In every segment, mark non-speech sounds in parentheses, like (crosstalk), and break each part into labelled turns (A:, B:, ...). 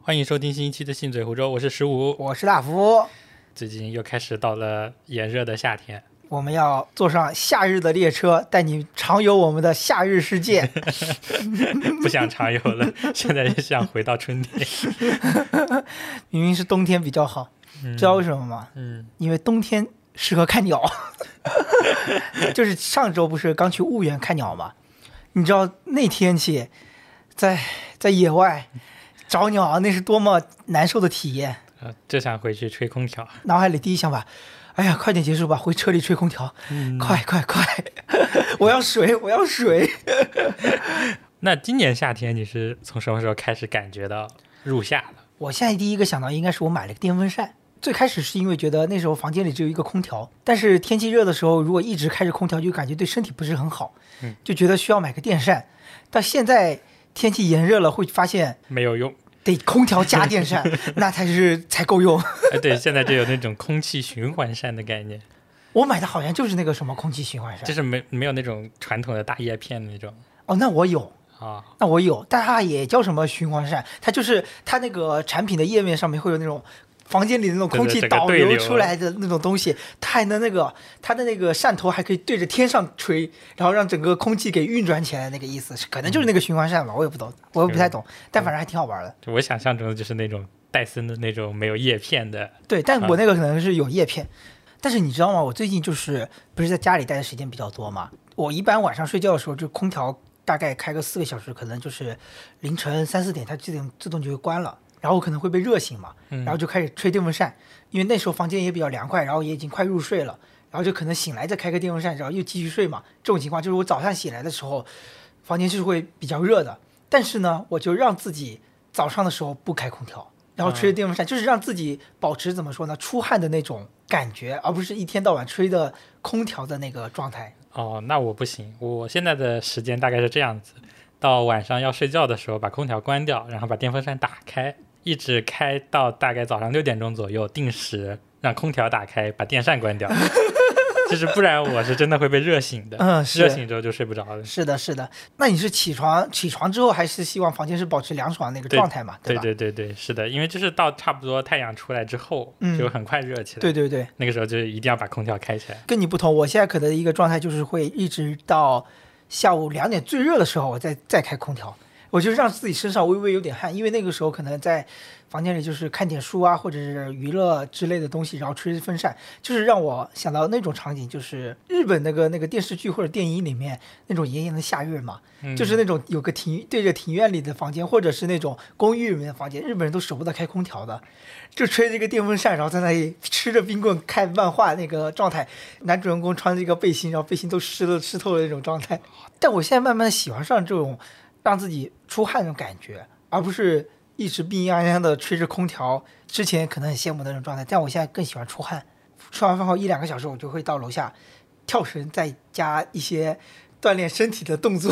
A: 欢迎收听新一期的《信嘴湖州》，我是十五。
B: 我是大福，
A: 最近又开始到了炎热的夏天，
B: 我们要坐上夏日的列车，带你畅游我们的夏日世界。
A: 不想常有了， (laughs) 现在就想回到春天。
B: 明明是冬天比较好，知道为什么吗？
A: 嗯，
B: 因为冬天适合看鸟。就是上周不是刚去婺源看鸟吗？你知道那天气，在在野外找鸟啊，那是多么难受的体验。
A: 呃就想回去吹空调。
B: 脑海里第一想法，哎呀，快点结束吧，回车里吹空调，快快快， (laughs) 我要水，我要水。
A: 那今年夏天你是从什么时候开始感觉到入夏的？
B: 我现在第一个想到应该是我买了个电风扇。最开始是因为觉得那时候房间里只有一个空调，但是天气热的时候，如果一直开着空调，就感觉对身体不是很好，
A: 嗯
B: 就觉得需要买个电扇。但现在天气炎热了，会发现
A: 没有用。
B: 得空调加
A: (laughs)
B: 电扇，那才是才够用。 (laughs)
A: 哎，对，现在就有那种空气循环扇的概念，
B: 我买的好像就是那个什么空气循环
A: 就
B: 扇。
A: 是没没有那种传统的大叶片那种
B: 哦，那我有，
A: 啊。
B: 那我有，但它也叫什么循环扇，它就是它那个产品的页面上面会有那种房间里的那种
A: 对
B: 空
A: 对
B: 气
A: 整个
B: 导
A: 对
B: 流
A: 流
B: 出来的那种东西，它还能那个它的那个扇头还可以对着天上吹，然后让整个空气给运转起来，那个意思是可能
A: 嗯
B: 就是那个循环扇吧，我也不懂，我也不太懂，但反正还挺好玩的。
A: 就我想象中的就是那种戴森的那种没有叶片的，
B: 对，但我那个可能是有叶片。但是你知道吗？我最近就是不是在家里待的时间比较多嘛？我一般晚上睡觉的时候，就空调大概开个四个小时，可能就是凌晨三四点，它自动自动就会关了。然后我可能会被热醒嘛，
A: 嗯
B: 然后就开始吹电风扇，因为那时候房间也比较凉快，然后也已经快入睡了，然后就可能醒来再开个电风扇，然后又继续睡嘛。这种情况就是我早上醒来的时候，房间是会比较热的，但是呢，我就让自己早上的时候不开空调，
A: 嗯
B: 然后吹着电风扇，就是让自己保持怎么说呢，出汗的那种感觉，而不是一天到晚吹的空调的那个状态。
A: 哦，那我不行，我现在的时间大概是这样子：到晚上要睡觉的时候，把空调关掉，然后把电风扇打开，一直开到大概早上六点钟左右，定时让空调打开，把电扇关
B: (laughs)
A: 掉。就是不然我是真的会被热醒的，
B: 嗯是
A: 热醒之后就睡不着了。
B: 是的，是的。那你是起床起床之后，还是希望房间是保持凉爽的那个
A: 对
B: 状态嘛？
A: 对
B: 吧？
A: 对对对，是的，因为就是到差不多太阳出来之后，
B: 嗯
A: 就很快热起来。
B: 对对对，
A: 那个时候就一定要把空调开起来。
B: 跟你不同，我现在可能一个状态就是会一直到下午两点最热的时候，我再再开空调，我就让自己身上微微有点汗，因为那个时候可能在房间里就是看点书啊，或者是娱乐之类的东西，然后吹风扇，就是让我想到那种场景，就是日本那个那个电视剧或者电影里面那种炎炎的夏日嘛，
A: 嗯
B: 就是那种有个庭对着庭院里的房间，或者是那种公寓里面的房间，日本人都舍不得开空调的，就吹着一个电风扇，然后在那里吃着冰棍看漫画那个状态。男主人公穿着一个背心，然后背心都湿了湿透了那种状态。但我现在慢慢地喜欢上这种让自己出汗的感觉，而不是一直病怏怏的吹着空调。之前可能很羡慕的那种状态，但我现在更喜欢出汗。吃完饭后一两个小时，我就会到楼下跳绳，再加一些锻炼身体的动作，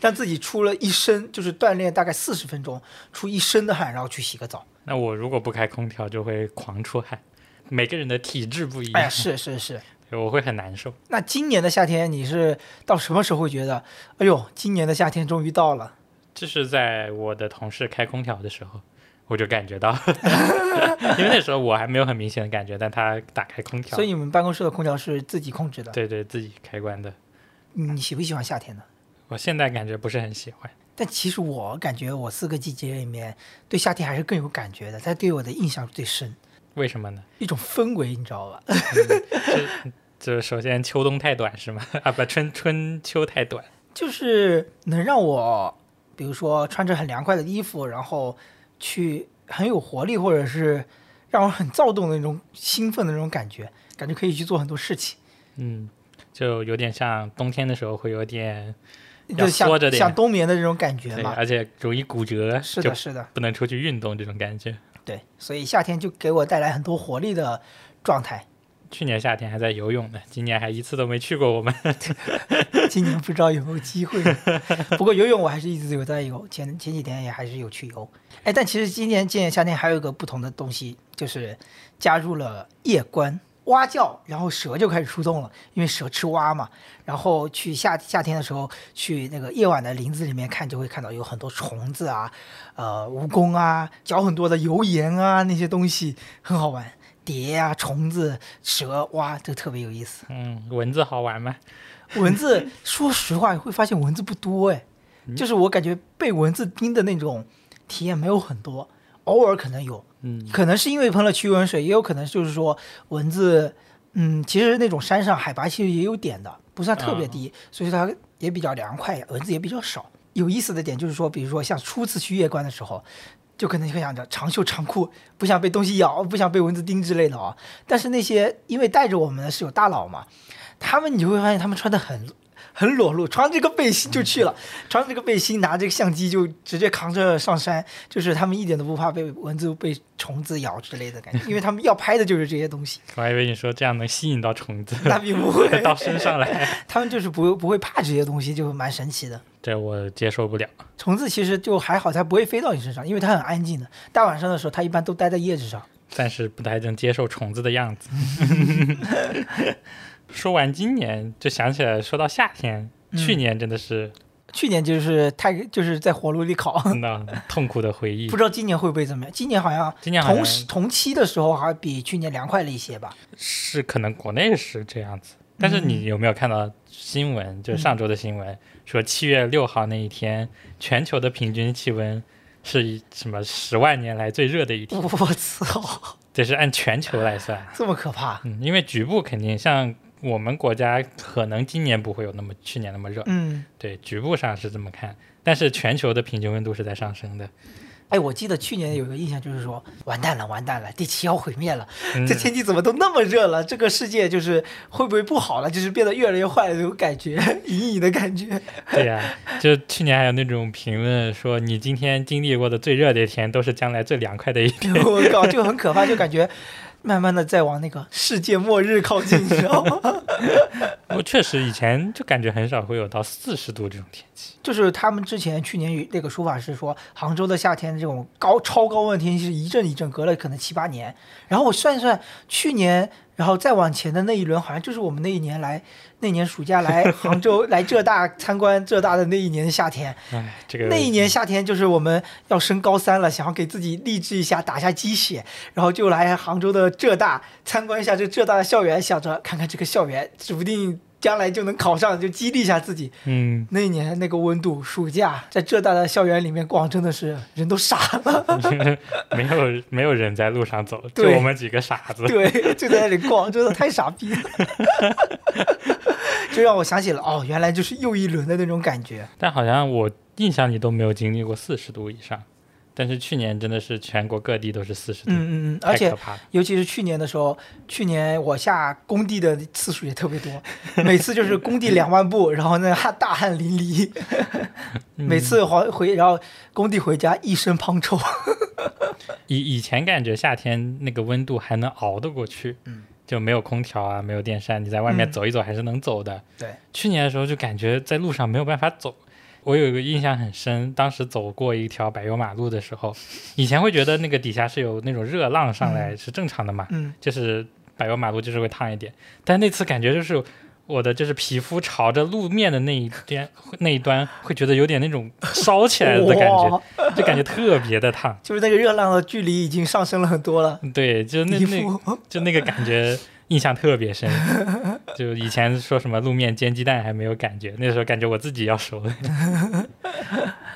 B: 让自己出了一身，就是锻炼大概四十分钟，出一身的汗，然后去洗个澡。
A: 那我如果不开空调，就会狂出汗。每个人的体质不一样，
B: 哎
A: (laughs)
B: 呀，是是是。
A: 我会很难受。
B: 那今年的夏天你是到什么时候会觉得，哎呦，今年的夏天终于到了？
A: 这是在我的同事开空调的时候，我就感觉到， (laughs) 因为那时候我还没有很明显的感觉，但他打开空调，
B: 所以你们办公室的空调是自己控制的，
A: 对对自己开关的，
B: 你喜不喜欢夏天呢？
A: 我现在感觉不是很喜欢。
B: 但其实我感觉我四个季节里面对夏天还是更有感觉的，它对我的印象最深，
A: 为什么呢？
B: 一种氛围，你知道吧？
A: 就是首先秋冬太短是吗？ (laughs) 啊不，春春秋太短。
B: 就是能让我，比如说穿着很凉快的衣服，然后去很有活力，或者是让我很躁动的那种兴奋的那种感觉，感觉可以去做很多事情，
A: 嗯，就有点像冬天的时候会有点要
B: 就想
A: 缩着点
B: 想冬眠的这种感觉
A: 对，
B: 嘛。
A: 而且容易骨折，
B: 是
A: 就
B: 的，是的。
A: 不能出去运动这种感觉。
B: 对，所以夏天就给我带来很多活力的状态。
A: 去年夏天还在游泳呢，今年还一次都没去过。我们 (laughs)
B: (laughs) 今年不知道有没有机会， (laughs) 不过游泳我还是一直有在游，前前几天也还是有去游。哎，但其实今年今年夏天还有一个不同的东西，就是加入了夜观。蛙叫，然后蛇就开始出动了，因为蛇吃蛙嘛。然后去夏夏天的时候，去那个夜晚的林子里面看，就会看到有很多虫子啊，呃，蜈蚣啊，嚼很多的油盐啊那些东西，很好玩。蝶啊，虫子、蛇，哇，这个特别有意思。
A: 嗯，蚊子好玩吗？
B: (laughs) 蚊子，说实话，会发现蚊子不多哎，就是我感觉被蚊子叮的那种体验没有很多，偶尔可能有，
A: 嗯
B: 可能是因为喷了驱蚊水，也有可能就是说蚊子，嗯，其实那种山上海拔其实也有点的，不算特别低，所以它也比较凉快，蚊子也比较少。有意思的点就是说，比如说像初次去夜观的时候，就可能会想着长袖长裤，不想被东西咬，不想被蚊子叮之类的啊。但是那些因为带着我们的是有大佬嘛，他们你就会发现他们穿的很很裸露，穿这个背心就去了，穿这个背心拿这个相机就直接扛着上山，就是他们一点都不怕被蚊子、被虫子咬之类的感觉，因为他们要拍的就是这些东西，
A: 我还以为你说这样能吸引到虫子
B: 那并
A: (laughs)
B: 不会，
A: 到身上来，
B: 他们就是不不会怕这些东西，就蛮神奇的。
A: 这我接受不了。
B: 虫子其实就还好，它不会飞到你身上，因为它很安静的。大晚上的时候，它一般都待在叶子上。
A: 暂时不太能接受虫子的样子。 (laughs) 说完今年，就想起来说到夏天，去年真的是
B: 去年就是太就是在火炉里烤，
A: 那痛苦的回忆
B: (laughs) 不。知道今年会不会怎么样。今年好像
A: 今年好像
B: 同时同期的时候还比去年凉快了一
A: (laughs)
B: 些吧。
A: 是可能国内是这样子，但是你有没有看到新闻？就是上周的新闻说，七月六号那一天，全球的平均气温是一什么十万年来最热的一天，
B: 我操，
A: 这是按全球来算。
B: 这么可怕！
A: 嗯，因为局部肯定像我们国家可能今年不会有那么去年那么热，
B: 嗯，
A: 对，局部上是这么看，但是全球的平均温度是在上升的。
B: 哎，我记得去年有个印象就是说，完蛋了，完蛋了，地球要毁灭了，
A: 嗯
B: 这天气怎么都那么热了？这个世界就是会不会不好了？就是变得越来越坏了这种感觉， (laughs) 隐隐的感觉。
A: 对呀、就去年还有那种评论说，你今天经历过的最热的一天，都是将来最凉快的一天。
B: (laughs) 我靠，就很可怕，就感觉慢慢的在往那个世界末日靠近，你知道吗？
A: 我确实以前就感觉很少会有到四十度这种天气。
B: 就是他们之前去年有那个说法是说，杭州的夏天这种高超高温天气是一阵一阵，隔了可能七八年。然后我算一算，去年然后再往前的那一轮，好像就是我们那一年来那年暑假来杭州来浙大参观浙大的那一年的夏天。
A: 哎，这个
B: 那一年夏天，就是我们要升高三了，想要给自己励志一下，打下鸡血，然后就来杭州的浙大参观一下这浙大的校园，想着看看这个校园，指不定将来就能考上，就激励一下自己。
A: 嗯， (laughs)
B: 那一年那个温度，暑假在浙大的校园里面逛，真的是人都傻了。
A: (laughs) 没有没有人在路上走，就
B: 对
A: 我们几个傻子。
B: 对，就在那里逛，真的太傻逼了。 (laughs) 就让我想起了哦，原来就是又一轮的那种感觉。
A: 但好像我印象里都没有经历过四十度以上，但是去年真的是全国各地都是四十度，
B: 嗯嗯嗯，而
A: 太
B: 且
A: 可怕了。
B: 尤其是去年的时候，去年我下工地的次数也特别多，每次就是工地两万步，然后那汗大汗淋漓，
A: 嗯
B: 每次回回然后工地回家一身胖臭。
A: 以以前感觉夏天那个温度还能熬得过去，
B: 嗯，
A: 就没有空调啊，没有电扇，你在外面
B: 嗯
A: 走一走还是能走的。
B: 对，
A: 去年的时候就感觉在路上没有办法走。我有一个印象很深，当时走过一条柏油马路的时候，以前会觉得那个底下是有那种热浪上来是正常的嘛，
B: (laughs) 嗯，
A: 就是柏油马路就是会烫一点，但那次感觉就是我的就是皮肤朝着路面的那一边那一端会觉得有点那种烧起来的感觉，
B: 哇，
A: 就感觉特别的烫。
B: 就是那个热浪的距离已经上升了很多了。
A: 对，就那
B: 一
A: 那
B: 副 (laughs)
A: 就那个感觉印象特别深，就以前说什么路面煎鸡蛋还没有感觉，那时候感觉我自己要熟了。 (laughs)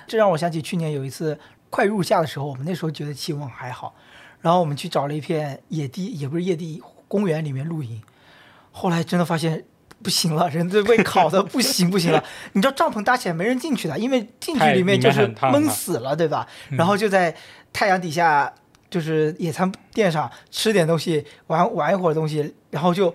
B: 这让我想起去年有一次快入夏的时候，我们那时候觉得气温还好，然后我们去找了一片野地，也不是野地，公园里面露营。后来真的发现不行了，人都被烤的不行不行了。 (laughs) 你知道帐篷搭起来没人进去的，因为进去
A: 太
B: 里面
A: 里
B: 就
A: 面
B: 是
A: 很烫嗯
B: 闷
A: 嘛
B: 死了，对吧？然后就在太阳底下，就是野餐垫上吃点东西，玩玩一会儿东西，然后就。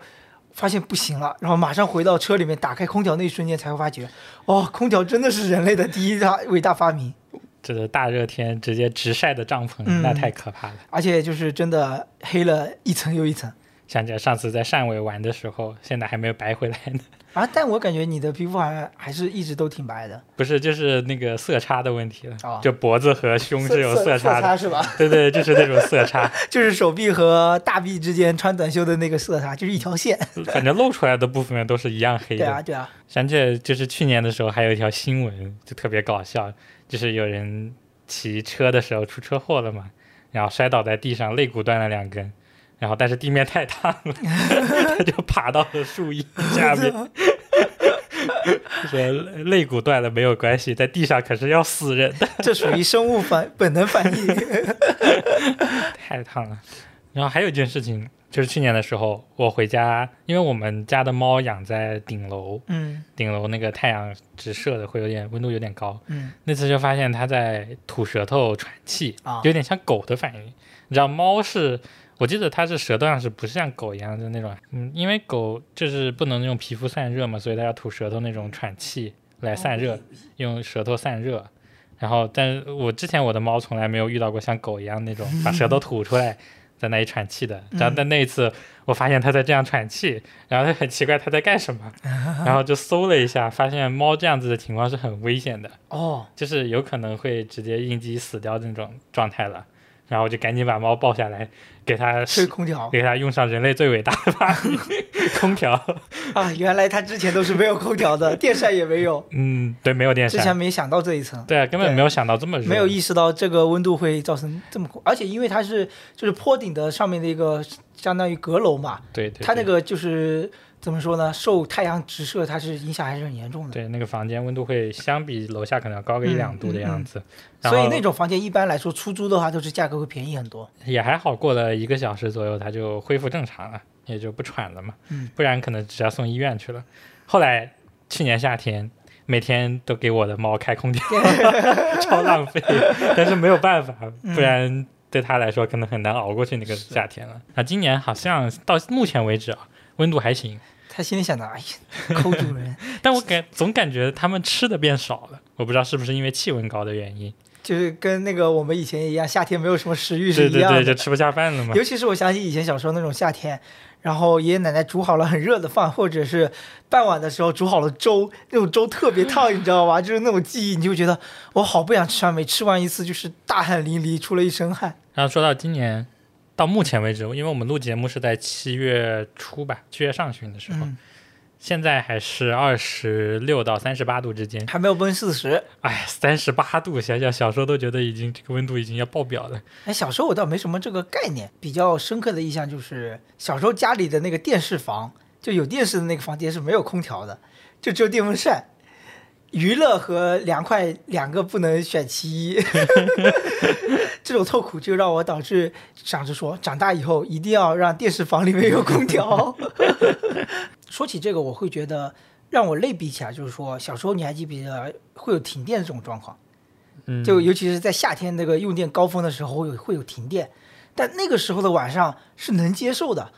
B: 发现不行了，然后马上回到车里面，打开空调那一瞬间才会发觉，哦，空调真的是人类的第一大伟大发明。
A: 这个大热天直接直晒的帐篷，
B: 嗯
A: 那太可怕了。
B: 而且就是真的黑了一层又一层，
A: 想起来上次在汕尾玩的时候，现在还没有白回来呢。
B: 啊，但我感觉你的皮肤好像还是一直都挺白的，
A: 不是，就是那个色差的问题了，
B: 哦
A: 就脖子和胸是有
B: 色色
A: 差的。
B: 是吧？ (laughs)
A: 对对，就是那种色差， (laughs)
B: 就是手臂和大臂之间穿短袖的那个色差，就是一条线。
A: 反正露出来的部分都是一样黑
B: 对
A: 的。
B: 啊，对啊，
A: 想起来就是去年的时候，还有一条新闻就特别搞笑，就是有人骑车的时候出车祸了嘛，然后摔倒在地上，肋骨断了两根，然后但是地面太烫了， (laughs) 他就爬到了树荫下
B: (laughs)
A: 面。说肋骨断了没有关系，在地上可是要死人的，
B: 这属于生物反 (laughs) 本能反应。 (laughs)
A: 太烫了。然后还有一件事情，就是去年的时候，我回家，因为我们家的猫养在顶楼，
B: 嗯
A: 顶楼那个太阳直射的会有点温度有点高，
B: 嗯，
A: 那次就发现它在吐舌头、喘气
B: 啊，
A: 有点像狗的反应。你知道猫是，我记得它是舌头上是不是像狗一样的那种？嗯，因为狗就是不能用皮肤散热嘛，所以它要吐舌头那种喘气来散热，用舌头散热。然后，但是我之前我的猫从来没有遇到过像狗一样那种把舌头吐出来在那里喘气的。然后，但那一次我发现它在这样喘气，然后它很奇怪它在干什么，然后就搜了一下，发现猫这样子的情况是很危险的。
B: 哦，
A: 就是有可能会直接应激死掉的那种状态了。然后我就赶紧把猫抱下来，给它
B: 吹空调
A: 给它用上人类最伟大的发明空调。
B: 啊！原来他之前都是没有空调的，电扇也没有，
A: 嗯，对，没有电
B: 之前
A: 扇，
B: 没想到这一层。
A: 对啊，根本
B: 对
A: 没有想到这么热，
B: 没有意识到这个温度会造成这么恐，而且因为它是就是坡顶的上面的一个相当于阁楼嘛，
A: 对对，
B: 它那
A: 对
B: 个就是怎么说呢？受太阳直射，它是影响还是很严重的。
A: 对那个房间温度会相比楼下可能要高个一
B: 嗯
A: 两度的样子，然
B: 所以
A: 后
B: 那种房间一般来说出租的话，都是价格会便宜很多。
A: 也还好，过了一个小时左右它就恢复正常了，也就不喘了嘛。
B: 嗯，
A: 不然可能直接送医院去了。后来去年夏天，每天都给我的猫开空调， (laughs) 超浪费，但是没有办法，不然对它来说可能很难熬过去那个夏天了。啊，今年好像到目前为止啊，温度还行，
B: 他心里想的，哎呀，抠主
A: (laughs)
B: 人，
A: 但我感总感觉它们吃的变少了，我不知道是不是因为气温高的原因。
B: 就是跟那个我们以前一样，夏天没有什么食欲是
A: 对
B: 一
A: 对
B: 样的。
A: 对，就吃不下饭了嘛。
B: 尤其是我想起以前小时候那种夏天，然后爷爷奶奶煮好了很热的饭，或者是傍晚的时候煮好了粥，那种粥特别烫，你知道吧？就是那种记忆，你就觉得我好不想吃啊！每吃完一次就是大汗淋漓，出了一身汗。
A: 然后说到今年，到目前为止，因为我们录节目是在七月初吧，七月上旬的时候，
B: 嗯，
A: 现在还是二十六到三十八度之间。
B: 还没有奔四十。
A: 哎，三十八度，想想小时候都觉得已经这个温度已经要爆表了。
B: 哎，小时候我倒没什么这个概念，比较深刻的印象就是小时候家里的那个电视房，就有电视的那个房间是没有空调的，就只有电风扇。娱乐和凉快两个不能选其一， (laughs) 这种痛苦就让我导致想着说，长大以后一定要让电视房里面有空调。 (laughs) 说起这个，我会觉得让我类比起来，就是说小时候你还记不记得会有停电这种状况？
A: 嗯，
B: 就尤其是在夏天那个用电高峰的时候会有会有停电，但那个时候的晚上是能接受的，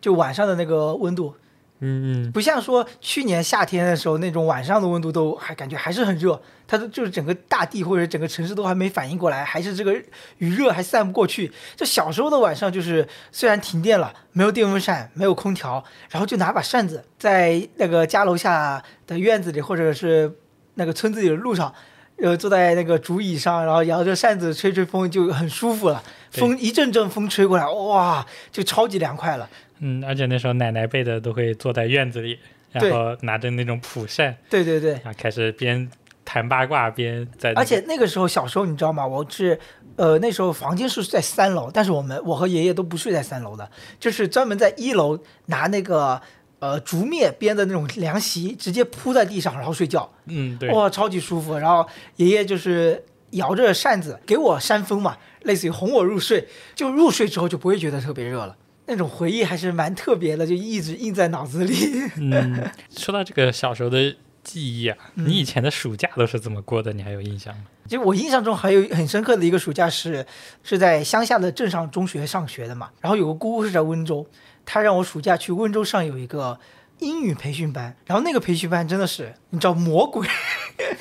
B: 就晚上的那个温度，
A: 嗯嗯，
B: 不像说去年夏天的时候那种晚上的温度都还感觉还是很热，它都就是整个大地或者整个城市都还没反应过来，还是这个余热还散不过去。这小时候的晚上就是虽然停电了，没有电风扇，没有空调，然后就拿把扇子在那个家楼下的院子里或者是那个村子里的路上。呃，坐在那个竹椅上，然后摇着扇子吹吹风就很舒服了。
A: 对
B: 风一阵阵风吹过来，哇，就超级凉快了。
A: 嗯，而且那时候奶奶辈的都会坐在院子里，然
B: 对
A: 后拿着那种蒲扇，
B: 对对对，
A: 然后开始边弹八卦边在、
B: 而且那个时候小时候你知道吗？我是，呃，那时候房间是在三楼，但是我们我和爷爷都不睡在三楼的，就是专门在一楼拿那个呃竹篾编的那种凉席，直接铺在地上然后睡觉，
A: 嗯，对，
B: 哇，超级舒服。然后爷爷就是摇着扇子给我扇风嘛，类似于哄我入睡，就入睡之后就不会觉得特别热了。那种回忆还是蛮特别的，就一直印在脑子里。
A: 嗯，说到这个小时候的记忆啊，
B: 嗯
A: 你以前的暑假都是怎么过的？你还有印象吗？
B: 就我印象中还有很深刻的一个暑假是是在乡下的镇上中学上学的嘛，然后有个姑姑是在温州，她让我暑假去温州上有一个英语培训班，然后那个培训班真的是你知道魔鬼， (laughs)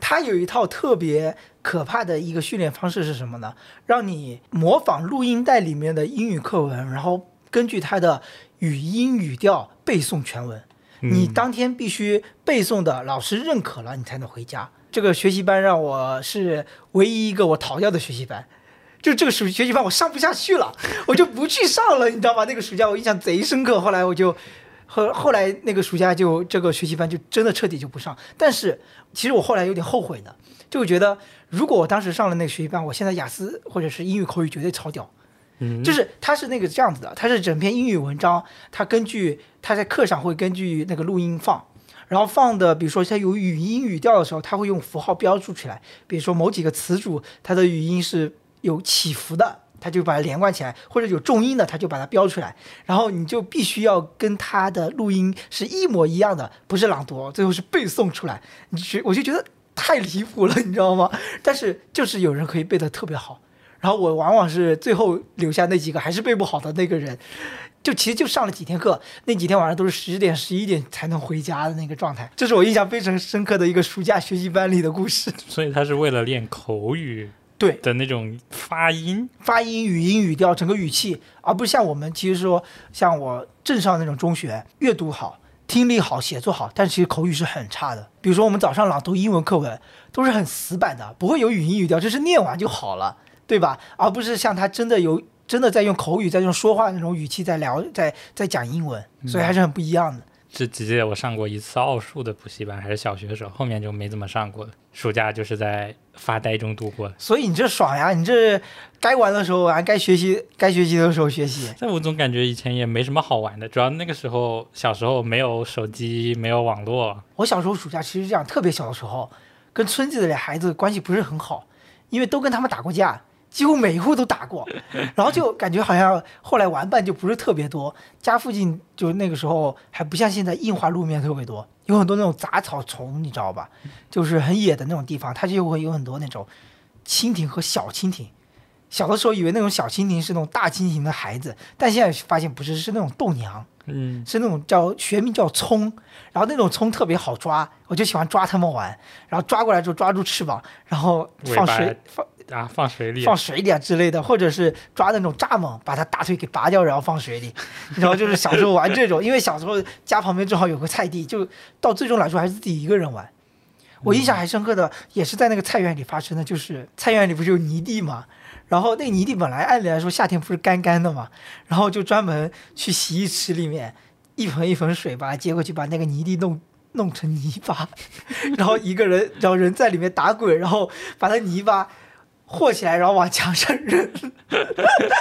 B: 他有一套特别可怕的一个训练方式是什么呢？让你模仿录音带里面的英语课文，然后根据它的语音语调背诵全文。你当天必须背诵的，老师认可了，你才能回家。这个学习班让我是唯一一个我逃掉的学习班，就这个暑学习班我上不下去了， (laughs) 我就不去上了，你知道吗？那个暑假我印象贼深刻。后来我就后后来那个暑假就这个学习班就真的彻底就不上。但是其实我后来有点后悔的，就觉得如果我当时上了那个学习班，我现在雅思或者是英语口语绝对超屌。
A: 嗯
B: 就是它是那个这样子的，它是整篇英语文章，它根据它在课上会根据那个录音放，然后放的，比如说它有语音语调的时候，它会用符号标注起来，比如说某几个词组它的语音是有起伏的，它就把它连贯起来，或者有重音的，它就把它标出来，然后你就必须要跟它的录音是一模一样的，不是朗读哦，最后是背诵出来，你觉我就觉得太离谱了，你知道吗？ (laughs) 但是就是有人可以背得特别好。然后我往往是最后留下那几个还是背不好的那个人，就其实就上了几天课，那几天晚上都是十点十一点才能回家的那个状态。这是我印象非常深刻的一个暑假学习班里的故事。
A: 所以他是为了练口语
B: 对，
A: 的那种发音，
B: 发音、语音、语调，整个语气，而不是像我们其实说像我镇上那种中学，阅读好、听力好、写作好，但是其实口语是很差的。比如说我们早上朗读英文课文，都是很死板的，不会有语音语调，就是念完就好了，对吧？而不是像他真的有真的在用口语在用说话那种语气在聊在在讲英文，所以还是很不一样的。
A: 这几届我上过一次奥数的补习班，还是小学时候，后面就没怎么上过了。暑假就是在发呆中度过的。
B: 所以你这爽呀，你这该玩的时候玩，该学习该学习的时候学习。
A: 但我总感觉以前也没什么好玩的，主要那个时候小时候没有手机，没有网络，
B: 我小时候暑假其实这样，特别小的时候，跟村子里的孩子关系不是很好，因为都跟他们打过架，几乎每一户都打过，然后就感觉好像后来玩伴就不是特别多，家附近就那个时候还不像现在硬化路面特别多，有很多那种杂草丛，你知道吧？就是很野的那种地方，它就会有很多那种蜻蜓和小蜻蜓。小的时候以为那种小蜻蜓是那种大蜻蜓的孩子，但现在发现不是，是那种豆娘。
A: 嗯，
B: 是那种叫学名叫葱，然后那种葱特别好抓，我就喜欢抓它们玩，然后抓过来之后抓住翅膀，然后放
A: 尾
B: 水
A: 巴
B: 放
A: 啊，放水里，
B: 放水里啊之类的，或者是抓那种蚱蜢，把它大腿给拔掉，然后放水里，然后就是小时候玩这种，因为小时候家旁边正好有个菜地，就到最终来说还是自己一个人玩。我印象还深刻的也是在那个菜园里发生的，就是菜园里不是有泥地嘛，然后那个泥地本来按理来说夏天不是干干的嘛，然后就专门去洗衣池里面一盆一盆水把它接过去，把那个泥地弄弄成泥巴， (laughs) 然后一个人，然后人在里面打滚，然后把那泥巴和起来，然后往墙上扔。 (laughs)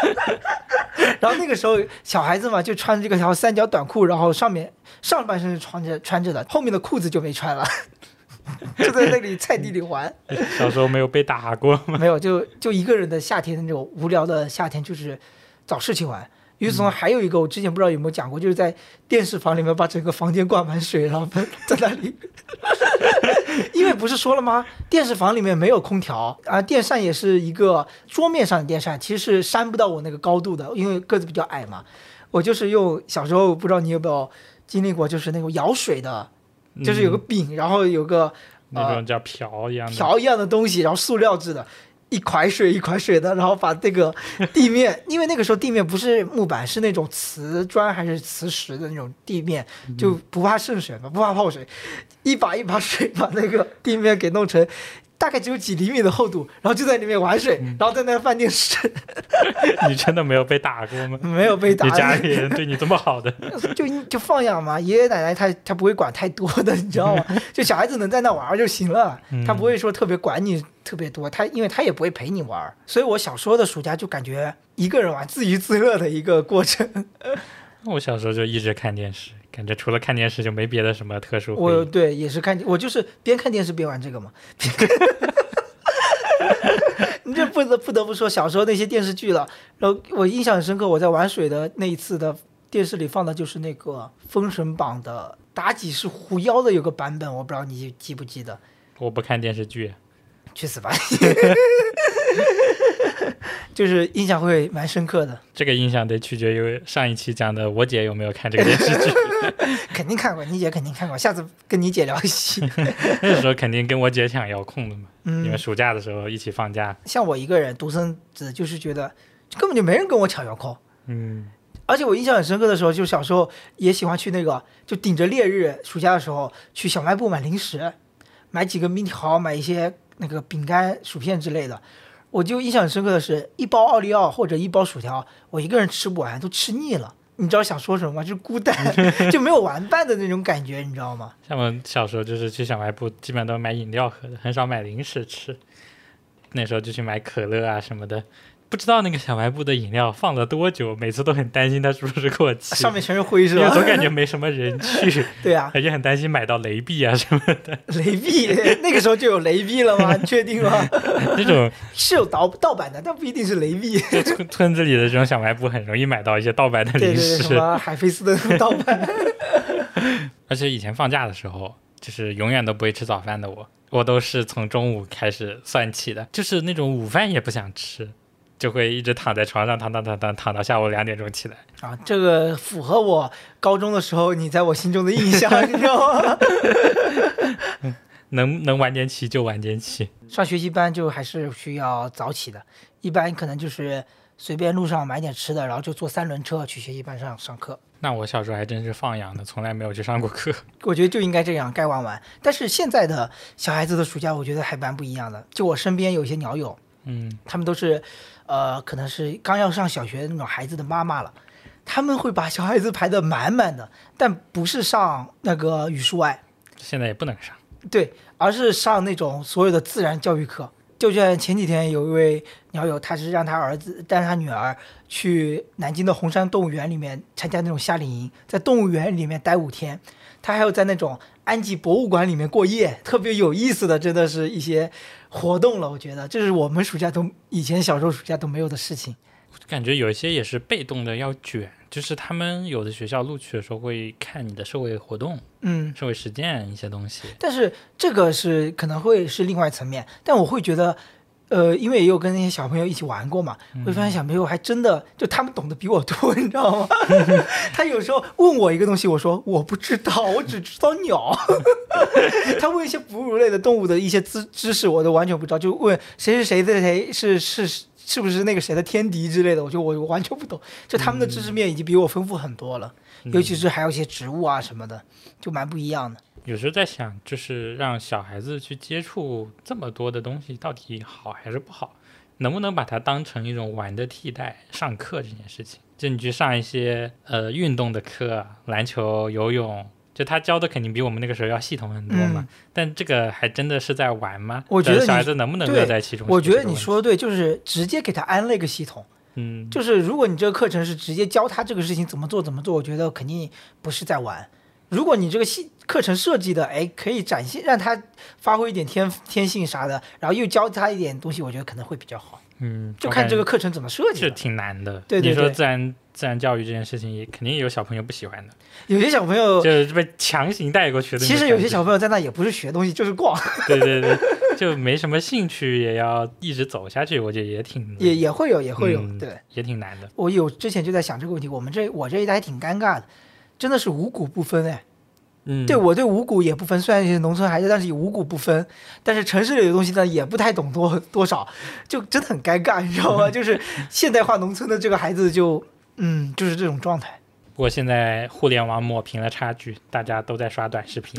B: 然后那个时候小孩子嘛，就穿这个条三角短裤，然后上面上半身是穿着穿着的，后面的裤子就没穿了， (laughs) 就在那里菜地里玩。
A: 小时候没有被打
B: (laughs)
A: 过，
B: 没有，就就一个人的夏天那种无聊的夏天，就是找事情玩。与此同时，还有一个我之前不知道有没有讲过，就是在电视房里面把整个房间灌满水，然后在在那里， (laughs) 因为不是说了吗？电视房里面没有空调啊，电扇也是一个桌面上的电扇，其实是扇不到我那个高度的，因为个子比较矮嘛。我就是用小时候不知道你有没有经历过，就是那种舀水的，就是有个柄，然后有个
A: 那种叫瓢一样的，
B: 瓢一样的东西，然后塑料制的，一块水一块水的，然后把这个
A: (laughs)
B: 地面，因为那个时候地面不是木板，是那种瓷砖还是磁石的那种地面，
A: 嗯
B: 就不怕渗水嘛，不怕泡水，一把一把水把那个地面给弄成。大概只有几厘米的厚度，然后就在里面玩
A: 嗯
B: 水，然后在那饭店视，
A: (laughs) 你真的没有被打过吗？
B: 没有 (laughs) 被打。
A: 你家里人对你这么好的， (laughs)
B: 就就放养嘛，爷爷奶奶他他不会管太多的，你知道吗？ (laughs) 就小孩子能在那玩儿就行了，他不会说特别管你特别多，他因为他也不会陪你玩儿。所以我小时候的暑假就感觉一个人玩自娱自乐的一个过程。
A: 我小时候就一直看电视，感觉除了看电视就没别的什么特殊回
B: 我
A: 忆。
B: 对也是看我就是边看电视边玩这个嘛。 (laughs) 你这不得不得不说小时候那些电视剧了，然后我印象很深刻，我在玩水的那一次的电视里放的就是那个《封神榜》的妲己是狐妖的有个版本，我不知道你记不记得，
A: 我不看电视剧，
B: 去死吧！ (laughs) 就是印象会蛮深刻的，
A: 这个印象得取决于上一期讲的我姐有没有看这个电视剧。
B: (laughs) 肯定看过，你姐肯定看过，下次跟你姐聊一期。 (laughs)
A: 那时候肯定跟我姐抢遥控的嘛，
B: 嗯
A: 你们暑假的时候一起放假，
B: 像我一个人独生子，就是觉得根本就没人跟我抢遥控。
A: 嗯，
B: 而且我印象很深刻的时候，就是小时候也喜欢去那个，就顶着烈日暑假的时候去小卖部买零食，买几个面条，买一些那个饼干、薯片之类的。我就印象很深刻的是，一包奥利奥或者一包薯条，我一个人吃不完，都吃腻了。你知道想说什么吗？就是孤单，
A: (laughs)
B: 就没有玩伴的那种感觉，你知道吗？
A: 像我小时候就是去小卖部，基本上都买饮料喝的，很少买零食吃。那时候就去买可乐啊什么的，不知道那个小卖部的饮料放了多久，每次都很担心它是不是过期。
B: 上面全是灰是
A: 因为
B: 吧？
A: 总感觉没什么人去，
B: (laughs) 对啊，
A: 而且很担心买到雷碧啊什么的，
B: 雷碧 (laughs) 那个时候就有雷
A: (laughs)
B: 碧了吗？你确定吗？
A: 那种
B: 是有盗盗版的，但不一定是
A: (laughs)
B: 雷碧。
A: 就
B: (laughs)
A: 村村子里的这种小卖部很容易买到一些盗版的
B: 对对
A: 零
B: 对，
A: 食。
B: 什么海飞丝的盗版。
A: 而且以前放假的时候，就是永远都不会吃早饭的我，我都是从中午开始算起的，就是那种午饭也不想吃，就会一直躺在床上躺躺躺躺躺到下午两点钟起来。 (laughs)
B: 啊，这个符合我高中的时候你在我心中的印象，你知道吗？
A: 能能晚点起就晚点起，
B: 上学习班就还是需要早起的，一般可能就是随便路上买点吃的，然后就坐三轮车去学习班上上课。
A: 那我小时候还真是放养的，从来没有去上过
B: (laughs)
A: 课。
B: 我觉得就应该这样，该玩玩。但是现在的小孩子的暑假，我觉得还蛮不一样的。就我身边有一些鸟友，
A: 嗯，
B: 他们都是，呃，可能是刚要上小学的那种孩子的妈妈了，他们会把小孩子排得满满的，但不是上那个语数外，
A: 现在也不能上。
B: 对，而是上那种所有的自然教育课。就像前几天有一位鸟友，他是让他儿子带他女儿去南京的红山动物园里面参加那种夏令营，在动物园里面待五天，他还要在那种安吉博物馆里面过夜，特别有意思的，真的是一些活动了。我觉得这是我们暑假都以前小时候暑假都没有的事情。
A: 感觉有一些也是被动的要卷，就是他们有的学校录取的时候会看你的社会活动、
B: 嗯，
A: 社会实践一些东西。
B: 但是这个是可能会是另外层面，但我会觉得，呃，因为也有跟那些小朋友一起玩过嘛，会发现小朋友还真的就他们懂得比我多，你知道吗？ (laughs) 他有时候问我一个东西，我说我不知道，我只知道鸟。 (laughs) 他问一些哺乳类的动物的一些知知识，我都完全不知道，就问谁是谁的谁是是是不是那个谁的天敌之类的，我就我完全不懂。就他们的知识面已经比我丰富很多了，尤其是还有一些植物啊什么的，就蛮不一样的。
A: 有时候在想，就是让小孩子去接触这么多的东西，到底好还是不好？能不能把它当成一种玩的替代上课这件事情？就你去上一些呃运动的课，啊篮球、游泳，就他教的肯定比我们那个时候要系统很多嘛。但这个还真的是在玩吗？
B: 嗯我觉得
A: 呃小
B: 你
A: 孩子能不能
B: 对
A: 乐在其中？
B: 我觉得你，说的对，就是直接给他安了一个系统，
A: 嗯，
B: 就是如果你这个课程是直接教他这个事情怎么做怎么做，我觉得肯定不是在玩。如果你这个系课程设计的，哎，可以展现让他发挥一点天天性啥的，然后又教他一点东西，我觉得可能会比较好。
A: 嗯，
B: 就
A: 我
B: 看
A: 感
B: 这个课程怎么设计
A: 是
B: 的。
A: 挺难的。
B: 对对
A: 你说
B: 对
A: 自然自然教育这件事情，也肯定有小朋友不喜欢的，
B: 有些小朋友，
A: 就是被强行带过去的那种
B: 其
A: 感觉。
B: 实有些小朋友在那也不是学东西，就是逛，
A: (laughs) 对对对，就没什么兴趣，也要一直走下去，我觉得也挺
B: 也也会有，也会有。
A: 嗯
B: 对，
A: 也挺难的。
B: 我有之前就在想这个问题，我们这我这一代还挺尴尬的，真的是五谷不分哎。
A: 嗯，
B: 对我对五谷也不分，虽然是农村孩子，但是五谷不分。但是城市里的东西呢，也不太懂多多少，就真的很尴尬，你知道吗？就是现代化农村的这个孩子就，嗯，就是这种状态。
A: 不过现在互联网抹平了差距，大家都在刷短视
B: (laughs)
A: 频，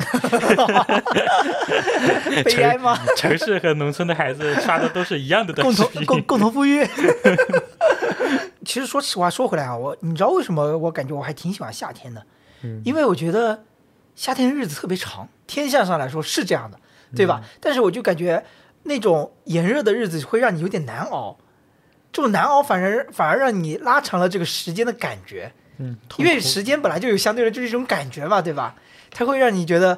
B: 悲哀吗？
A: 城市和农村的孩子刷的都是一样的短
B: (laughs) 共
A: 视
B: 同
A: 频。 (laughs)
B: 共共同富裕。 (laughs) 其实说实话，说回来啊，我你知道为什么我感觉我还挺喜欢夏天的？
A: 嗯
B: 因为我觉得夏天日子特别长，天象上来说是这样的，对吧？但是我就感觉那种炎热的日子会让你有点难熬，这种难熬反而反而让你拉长了这个时间的感觉，
A: 嗯，
B: 因为时间本来就有相对的就是一种感觉嘛，对吧？它会让你觉得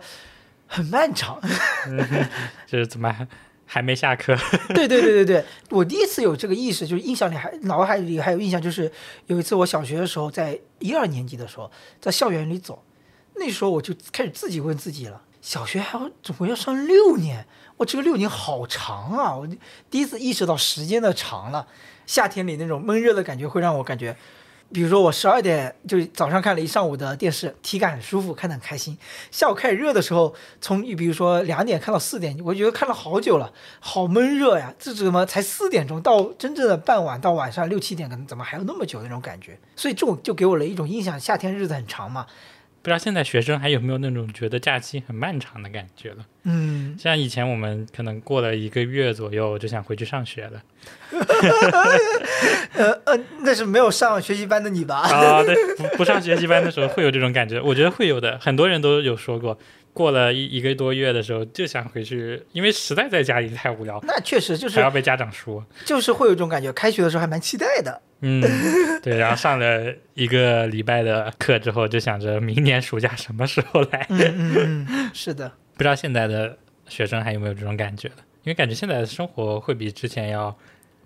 B: 很漫长。
A: 就是怎么还还没下课？ (laughs)
B: (laughs) 对对对对对，我第一次有这个意识，就是印象里还脑海里还有印象，就是有一次我小学的时候，在一二年级的时候，在校园里走，那时候我就开始自己问自己了：小学还要怎么要上六年？我这个六年好长啊！我第一次意识到时间的长了，夏天里那种闷热的感觉会让我感觉比如说我十二点就是早上看了一上午的电视，体感很舒服，看得很开心。下午开始热的时候，从比如说两点看到四点，我觉得看了好久了，好闷热呀！这怎么才四点钟到真正的傍晚到晚上六七点，可能怎么还有那么久的那种感觉？所以这种就给我了一种印象，夏天日子很长嘛。
A: 不知道现在学生还有没有那种觉得假期很漫长的感觉了？
B: 嗯，
A: 像以前我们可能过了一个月左右就想回去上学了。
B: 呃呃，那是没有上学习班的你吧？ (laughs)
A: 啊、对，不不上学习班的时候会有这种感觉，我觉得会有的，很多人都有说过，过了一一个多月的时候就想回去，因为实在在家里太无聊，
B: 那确实就
A: 还
B: 是
A: 要被家长说。
B: 就是会有一种感觉，开学的时候还蛮期待的。
A: 嗯，对，然后上了一个礼拜的课之后，就想着明年暑假什么时候来。 (laughs)
B: 嗯嗯嗯，是的，
A: 不知道现在的学生还有没有这种感觉了？因为感觉现在的生活会比之前要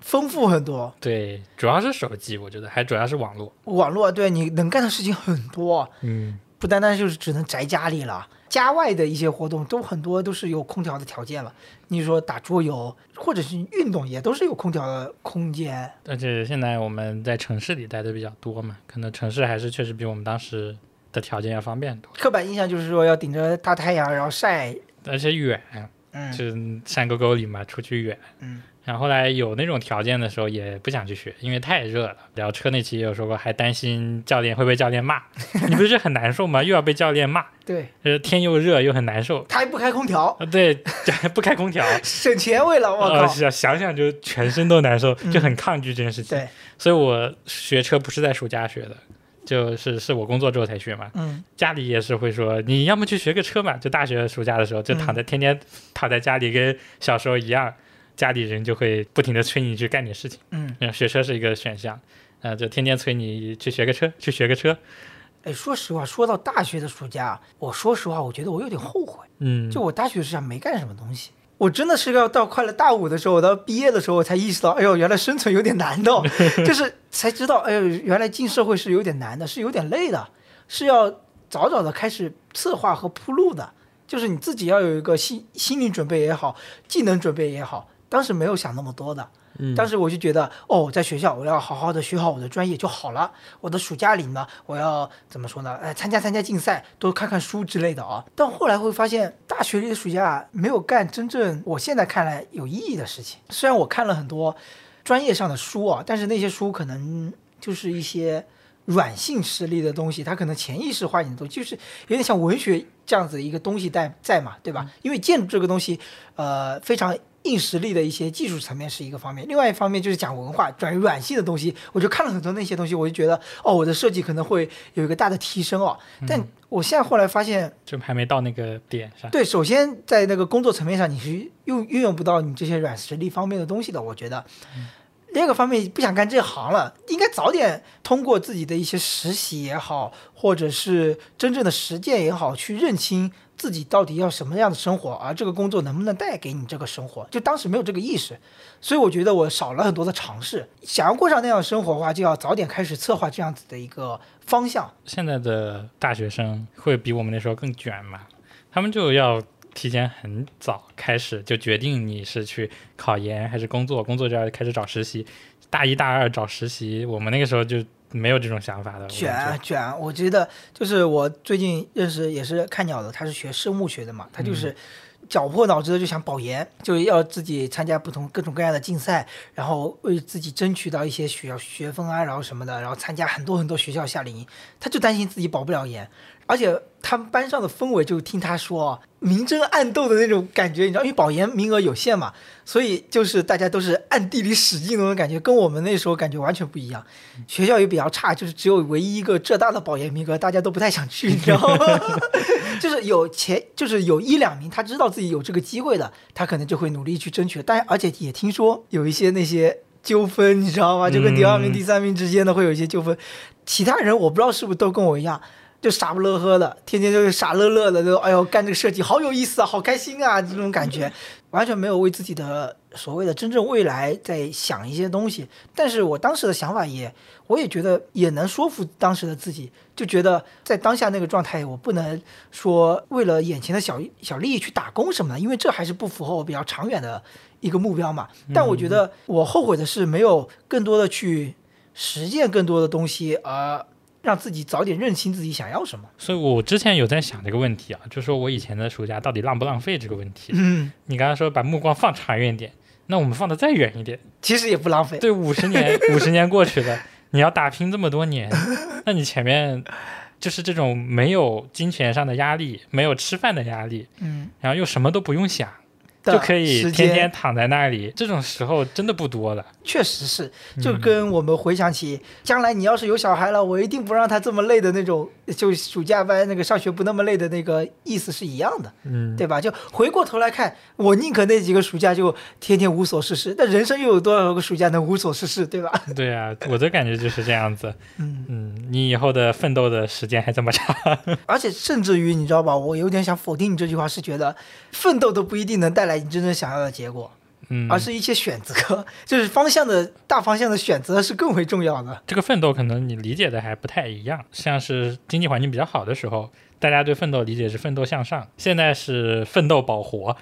B: 丰富很多。
A: 对，主要是手机，我觉得还主要是网络。
B: 网络对你能干的事情很多，
A: 嗯，
B: 不单单就是只能宅家里了，家外的一些活动都很多都是有空调的条件了。你说打桌游或者是运动也都是有空调的空间。
A: 而且现在我们在城市里待的比较多嘛，可能城市还是确实比我们当时的条件要方便多，
B: 刻板印象就是说要顶着大太阳然后晒，
A: 而且远，
B: 嗯
A: 就是山沟沟里嘛，出去远。
B: 嗯，
A: 然后后来有那种条件的时候，也不想去学，因为太热了。聊车那期也有说过，还担心教练会被教练骂， (laughs) 你不是很难受吗？又要被教练骂，
B: 对，
A: 呃，天又热又很难受。
B: 他还不开空调，
A: 啊，对， (laughs) 不开空调，
B: 省钱为了我
A: 呃，
B: 靠，
A: 想想想就全身都难受，就很
B: 嗯
A: 抗拒这件事情。
B: 对，
A: 所以我学车不是在暑假学的，就是是我工作之后才学嘛。
B: 嗯，
A: 家里也是会说，你要么去学个车嘛，就大学暑假的时候就躺在、天天躺在家里，跟小时候一样，家里人就会不停的催你去干点事情。
B: 嗯，
A: 嗯，学车是一个选项，呃，就天天催你去学个车，去学个车。
B: 哎，说实话，说到大学的暑假，我说实话，我觉得我有点后悔。
A: 嗯，
B: 就我大学时下没干什么东西，我真的是要到快了大五的时候，我到毕业的时候，我才意识到，哎呦，原来生存有点难的，就是才知道，哎呦，原来进社会是有点难的，是有点累的，是要早早的开始策划和铺路的，就是你自己要有一个心心理准备也好，技能准备也好，当时没有想那么多的。
A: 嗯
B: 当时我就觉得，哦，我在学校我要好好的学好我的专业就好了。我的暑假里呢，我要怎么说呢？哎，参加参加竞赛，多看看书之类的啊。但后来会发现，大学里的暑假没有干真正我现在看来有意义的事情。虽然我看了很多专业上的书啊，但是那些书可能就是一些软性实力的东西，它可能潜意识化你的东西，就是有点像文学这样子的一个东西在在嘛，对吧？因为建筑这个东西，呃，非常硬实力的一些技术层面是一个方面，另外一方面就是讲文化，转软性的东西，我就看了很多那些东西，我就觉得哦，我的设计可能会有一个大的提升哦。但我现在后来发现，
A: 就还没到那个点上。
B: 对，首先在那个工作层面上，你是用运用不到你这些软实力方面的东西的，我觉得。另一个方面，不想干这行了，应该早点通过自己的一些实习也好，或者是真正的实践也好，去认清自己到底要什么样的生活，而这个工作能不能带给你这个生活，就当时没有这个意识，所以我觉得我少了很多的尝试。想要过上那样的生活的话，就要早点开始策划这样子的一个方向。
A: 现在的大学生会比我们那时候更卷嘛？他们就要提前很早开始就决定你是去考研还是工作，工作就要开始找实习。大一大二找实习，我们那个时候就没有这种想法的。
B: 卷
A: 我
B: 啊
A: 感觉
B: 卷啊，我觉得就是我最近认识也是看鸟的，他是学生物学的嘛，他就是绞破脑汁的就想保研，就要自己参加不同各种各样的竞赛，然后为自己争取到一些学校学分啊，然后什么的，然后参加很多很多学校夏令营，他就担心自己保不了研，而且他们班上的氛围就听他说啊明争暗斗的那种感觉，你知道，因为保研名额有限嘛，所以就是大家都是暗地里使劲的那种感觉，跟我们那时候感觉完全不一样。学校也比较差，就是只有唯一一个浙大的保研名额，大家都不太想去，你知道吗？ (laughs) 就是有前，就是有一两名他知道自己有这个机会的，他可能就会努力去争取。但而且也听说有一些那些纠纷，你知道吗？就跟第二
A: 嗯
B: 名、第三名之间的会有一些纠纷。其他人我不知道是不是都跟我一样。就傻不乐呵的，天天就是傻乐乐的，就哎呦干这个设计好有意思啊，好开心啊，这种感觉，完全没有为自己的所谓的真正未来在想一些东西。但是我当时的想法也，我也觉得也能说服当时的自己，就觉得在当下那个状态，我不能说为了眼前的小小利益去打工什么的，因为这还是不符合我比较长远的一个目标嘛。但我觉得我后悔的是没有更多的去实践更多的东西，呃，让自己早点认清自己想要什么。
A: 所以我之前有在想这个问题啊，就说我以前的暑假到底浪不浪费这个问题。
B: 嗯，
A: 你刚刚说把目光放长远一点，那我们放得再远一点，
B: 其实也不浪
A: (laughs)
B: 费。
A: 对，五十年，五十年过去了，你要打拼这么多年，那你前面就是这种没有金钱上的压力，没有吃饭的压力，
B: 嗯，
A: 然后又什么都不用想，
B: 的
A: 就可以
B: 时
A: 天
B: 间
A: 天躺在那里，这种时候真的不多了。
B: 确实是，
A: 嗯
B: 就跟我们回想起、将来你要是有小孩了，我一定不让他这么累的那种，就暑假班那个上学不那么累的那个意思是一样的，
A: 嗯，
B: 对吧？就回过头来看，我宁可那几个暑假就天天无所事事，那人生又有多少个暑假能无所事事，对吧？
A: 对啊，我的感觉就是这样子。
B: 嗯，
A: 嗯，你以后的奋斗的时间还这么长，
B: 而且甚至于你知道吧，我有点想否定你这句话，是觉得奋斗都不一定能带来你真正想要的结果，
A: 嗯，
B: 而是一些选择，就是方向的大方向的选择是更为重要的。
A: 这个奋斗可能你理解的还不太一样，像是经济环境比较好的时候，大家对奋斗理解是奋斗向上，现在是奋斗保
B: (laughs)
A: 活，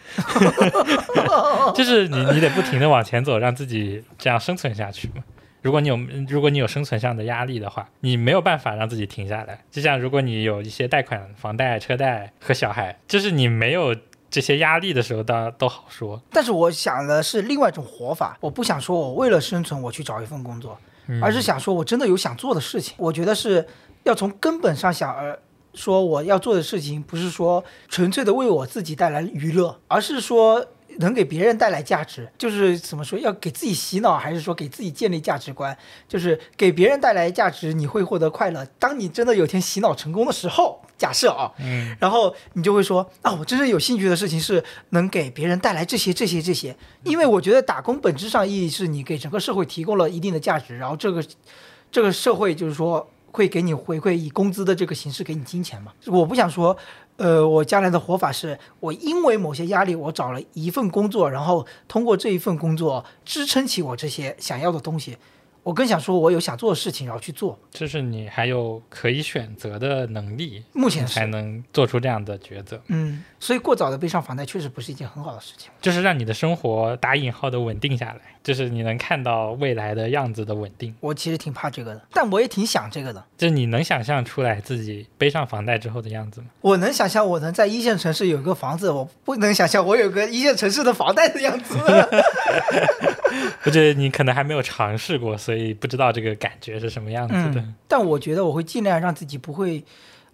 A: 就是你你得不停的往前走，让自己这样生存下去嘛。如果你有如果你有生存上的压力的话，你没有办法让自己停下来。就像如果你有一些贷款、房贷、车贷和小孩，就是你没有这些压力的时候，当然都好说。
B: 但是我想的是另外一种活法，我不想说我为了生存我去找一份工作，而是想说我真的有想做的事情。我觉得是要从根本上想，而说我要做的事情不是说纯粹的为我自己带来娱乐，而是说能给别人带来价值。就是怎么说，要给自己洗脑，还是说给自己建立价值观？就是给别人带来价值，你会获得快乐。当你真的有一天洗脑成功的时候，假设啊，
A: 嗯，
B: 然后你就会说啊，我真正有兴趣的事情是能给别人带来这些、这些、这些。因为我觉得打工本质上意义是你给整个社会提供了一定的价值，然后这个这个社会就是说会给你回馈以工资的这个形式给你金钱嘛。我不想说，呃，我将来的活法是我因为某些压力，我找了一份工作，然后通过这一份工作支撑起我这些想要的东西。我更想说，我有想做的事情，然后去做。
A: 就是你还有可以选择的能力，
B: 目前
A: 才
B: 是，
A: 能做出这样的抉择。
B: 嗯，所以过早的背上房贷确实不是一件很好的事情。
A: 就是让你的生活打引号的稳定下来，就是你能看到未来的样子的稳定，
B: 我其实挺怕这个的，但我也挺想这个的。
A: 就是你能想象出来自己背上房贷之后的样子吗？
B: 我能想象我能在一线城市有一个房子，我不能想象我有个一线城市的房贷的样子。
A: 我觉得你可能还没有尝试过，所以不知道这个感觉是什么样子的。
B: 嗯，但我觉得我会尽量让自己不会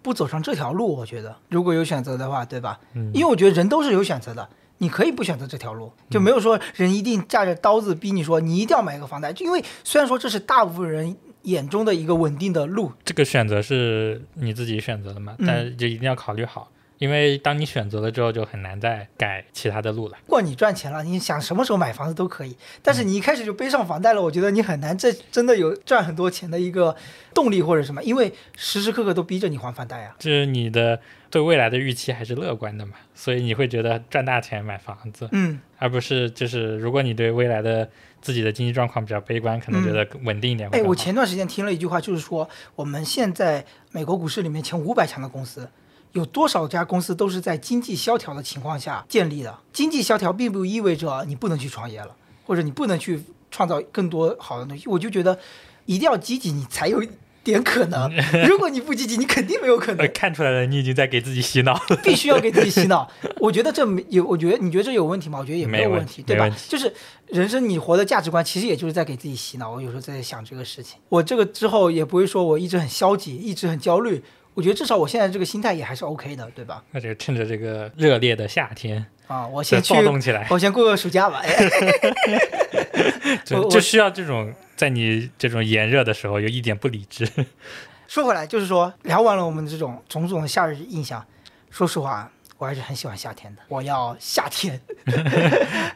B: 不走上这条路。我觉得如果有选择的话，对吧？
A: 嗯
B: 因为我觉得人都是有选择的，你可以不选择这条路，就没有说人一定架着刀子逼你说你一定要买一个房贷，就因为虽然说这是大部分人眼中的一个稳定的路，
A: 这个选择是你自己选择的嘛，
B: 嗯
A: 但就一定要考虑好，因为当你选择了之后，就很难再改其他的路了。
B: 不管你赚钱了，你想什么时候买房子都可以，但是你一开始就背上房贷了，我觉得你很难这真的有赚很多钱的一个动力或者什么，因为时时刻刻都逼着你还房贷啊。
A: 就是你的对未来的预期还是乐观的嘛，所以你会觉得赚大钱买房子，
B: 嗯，
A: 而不是就是如果你对未来的自己的经济状况比较悲观，可能觉得稳定一点会
B: 哎，
A: 更好。
B: 我前段时间听了一句话，就是说我们现在美国股市里面前五百强的公司。有多少家公司都是在经济萧条的情况下建立的？经济萧条并不意味着你不能去创业了，或者你不能去创造更多好的东西。我就觉得，一定要积极，你才有一点可能。如果你不积极，你肯定没有可能
A: 呃。看出来了，你已经在给自己洗脑了。
B: (laughs) 必须要给自己洗脑。我觉得这没有，我觉得你觉得这有问题吗？我觉得也没有
A: 没问
B: 问
A: 题
B: 对吧
A: 没问题？
B: 就是人生你活的价值观，其实也就是在给自己洗脑。我有时候在想这个事情，我这个之后也不会说我一直很消极，一直很焦虑。我觉得至少我现在这个心态也还是 OK 的，对吧？
A: 那就趁着这个热烈的夏天，
B: 啊，我
A: 再
B: 先去
A: 躁，动起来，
B: 我先过个暑假吧。哎，我
A: 就
B: 我
A: 就需要这种在你这种炎热的时候有一点不理智。 (laughs)
B: 说回来，就是说聊完了我们这种种种的夏日印象，说实话，我还是很喜欢夏天的。我要夏天，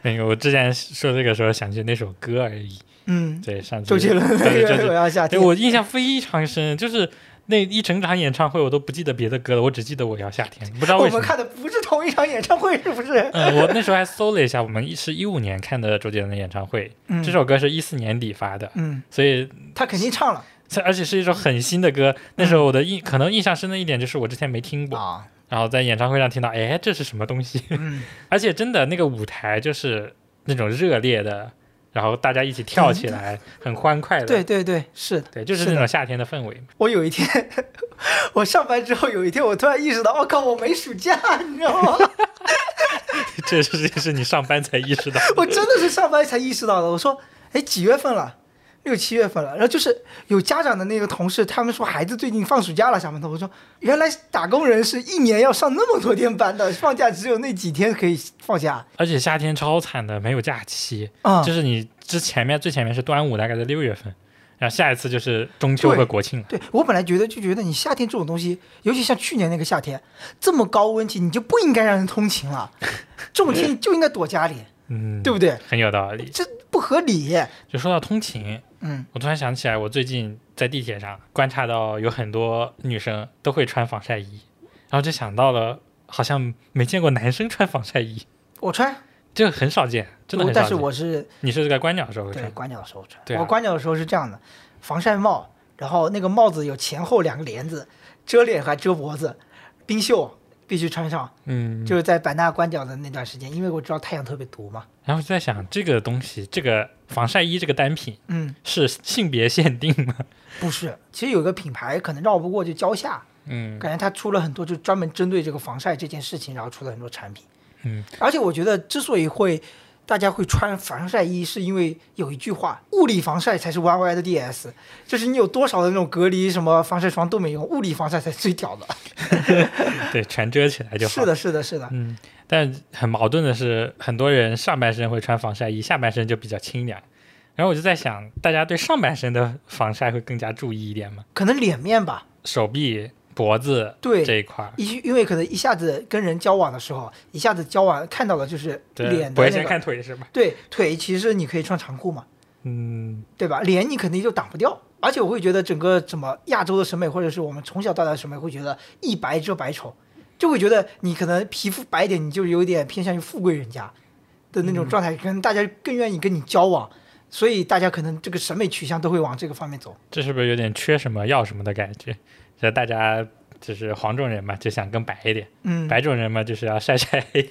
A: 那个我之前说这个时候想起那首歌而已。
B: 嗯，
A: 对，上次
B: 周杰伦
A: 对
B: 那
A: 对对
B: 个 (laughs) 我要夏
A: 对
B: 天。
A: 我印象非常深，就是那一整场演唱会我都不记得别的歌了，我只记得我要夏天，不知道
B: 我
A: 为什
B: 们
A: 么。
B: 看的不是同一场演唱会，是不是？
A: (laughs) 嗯，我那时候还搜了一下，我们是一五年看的周杰伦的演唱会，
B: 嗯
A: 这首歌是一四年底发的，
B: 嗯，
A: 所以
B: 他肯定唱了
A: 这而且是一首很新的歌。那时候我的印可能印象深的一点就是我之前没听过，
B: 啊，
A: 然后在演唱会上听到，哎，这是什么东西？ (laughs)
B: 嗯，
A: 而且真的那个舞台就是那种热烈的然后大家一起跳起来，很欢快的。
B: 对对对，是的，
A: 对，就是
B: 是
A: 那
B: 的
A: 种夏天的氛围嘛。 (laughs)
B: 我有一天， (laughs) 我上班之后有一天，我突然意识到，我、哦靠，我没暑假，你知道 (laughs) 吗？
A: 这是这是你上班才意识到。
B: 我真的是上班才意识到的。我说，哎，几月份了？六七月份了。然后就是有家长的那个同事，他们说孩子最近放暑假了啥么的。我说，原来打工人是一年要上那么多天班的，放假只有那几天可以放假。
A: (laughs) 而且夏天超惨的，没有假期。
B: 啊
A: 就是你之前面最前面是端午，大概在六月份，然后下一次就是中秋
B: 对
A: 和国庆了。
B: 对我本来觉得就觉得你夏天这种东西，尤其像去年那个夏天，这么高温天，你就不应该让人通勤了。这种天你就应该躲家里，
A: 嗯，
B: 对不对？
A: 很有道理。
B: 这不合理。
A: 就说到通勤，
B: 嗯，
A: 我突然想起来，我最近在地铁上观察到有很多女生都会穿防晒衣，然后就想到了，好像没见过男生穿防晒衣，
B: 我穿，
A: 这很少见，真的
B: 我
A: 很少见。
B: 但是我是
A: 你是在观鸟的时候会
B: 对
A: 穿，
B: 关鸟的时候穿。
A: 对啊
B: 我关鸟的时候是这样的，防晒帽，然后那个帽子有前后两个帘子，遮脸还遮脖子，冰袖必须穿上。
A: 嗯，
B: 就是在版纳关鸟的那段时间，因为我知道太阳特别毒嘛。
A: 然后就在想这个东西，这个防晒衣这个单品
B: 嗯，
A: 是性别限定吗？
B: 不是，其实有一个品牌可能绕不过就蕉下，
A: 嗯
B: 感觉它出了很多就专门针对这个防晒这件事情，然后出了很多产品。
A: 嗯，
B: 而且我觉得之所以会大家会穿防晒衣，是因为有一句话：物理防晒才是 Y Y 的 D S，就是你有多少的那种隔离什么防晒霜都没用，物理防晒才是最屌的。
A: (laughs) 对，全遮起来就好。
B: 是的，是的，是的，
A: 嗯，但很矛盾的是，很多人上半身会穿防晒衣，下半身就比较清凉。然后我就在想，大家对上半身的防晒会更加注意一点吗？
B: 可能脸面吧。
A: 手臂、脖子
B: 对
A: 这一块儿，
B: 一因为可能一下子跟人交往的时候，一下子交往看到的就是
A: 对，
B: 脸
A: 不
B: 的
A: 会
B: 那
A: 先
B: 个，嗯
A: 看腿是吧？
B: 对腿其实你可以穿长裤嘛，
A: 嗯，
B: 对吧？脸你肯定就挡不掉。而且我会觉得整个什么亚洲的审美，或者是我们从小到大的审美，会觉得一白遮百丑，就会觉得你可能皮肤白一点，你就有点偏向于富贵人家的那种状态，可能大家更愿意跟你交往，所以大家可能这个审美取向都会往这个方面走。
A: 这是不是有点缺什么要什么的感觉？这大家就是黄种人嘛，就想更白一点；
B: 嗯，
A: 白种人嘛，就是要晒晒
B: (laughs)
A: 黑。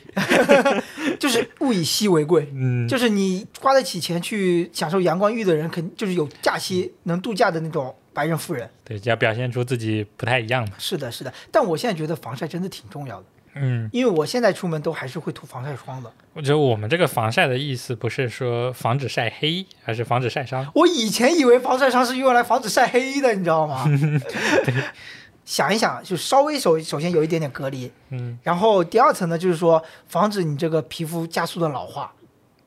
B: 就是物以稀为贵，
A: 嗯，
B: (laughs) 就是你花得起钱去享受阳光浴的人，肯就是有假期能度假的那种白人富人。
A: 对，就要表现出自己不太一样嘛。
B: 是的，是的。但我现在觉得防晒真的挺重要的，
A: 嗯，
B: 因为我现在出门都还是会涂防晒霜的。
A: 我觉得我们这个防晒的意思不是说防止晒黑，而是防止晒伤。
B: 我以前以为防晒霜是用来防止晒黑的，你知
A: (laughs)
B: 道吗？想一想，就稍微首首先有一点点隔离，
A: 嗯，
B: 然后第二层呢，就是说防止你这个皮肤加速的老化，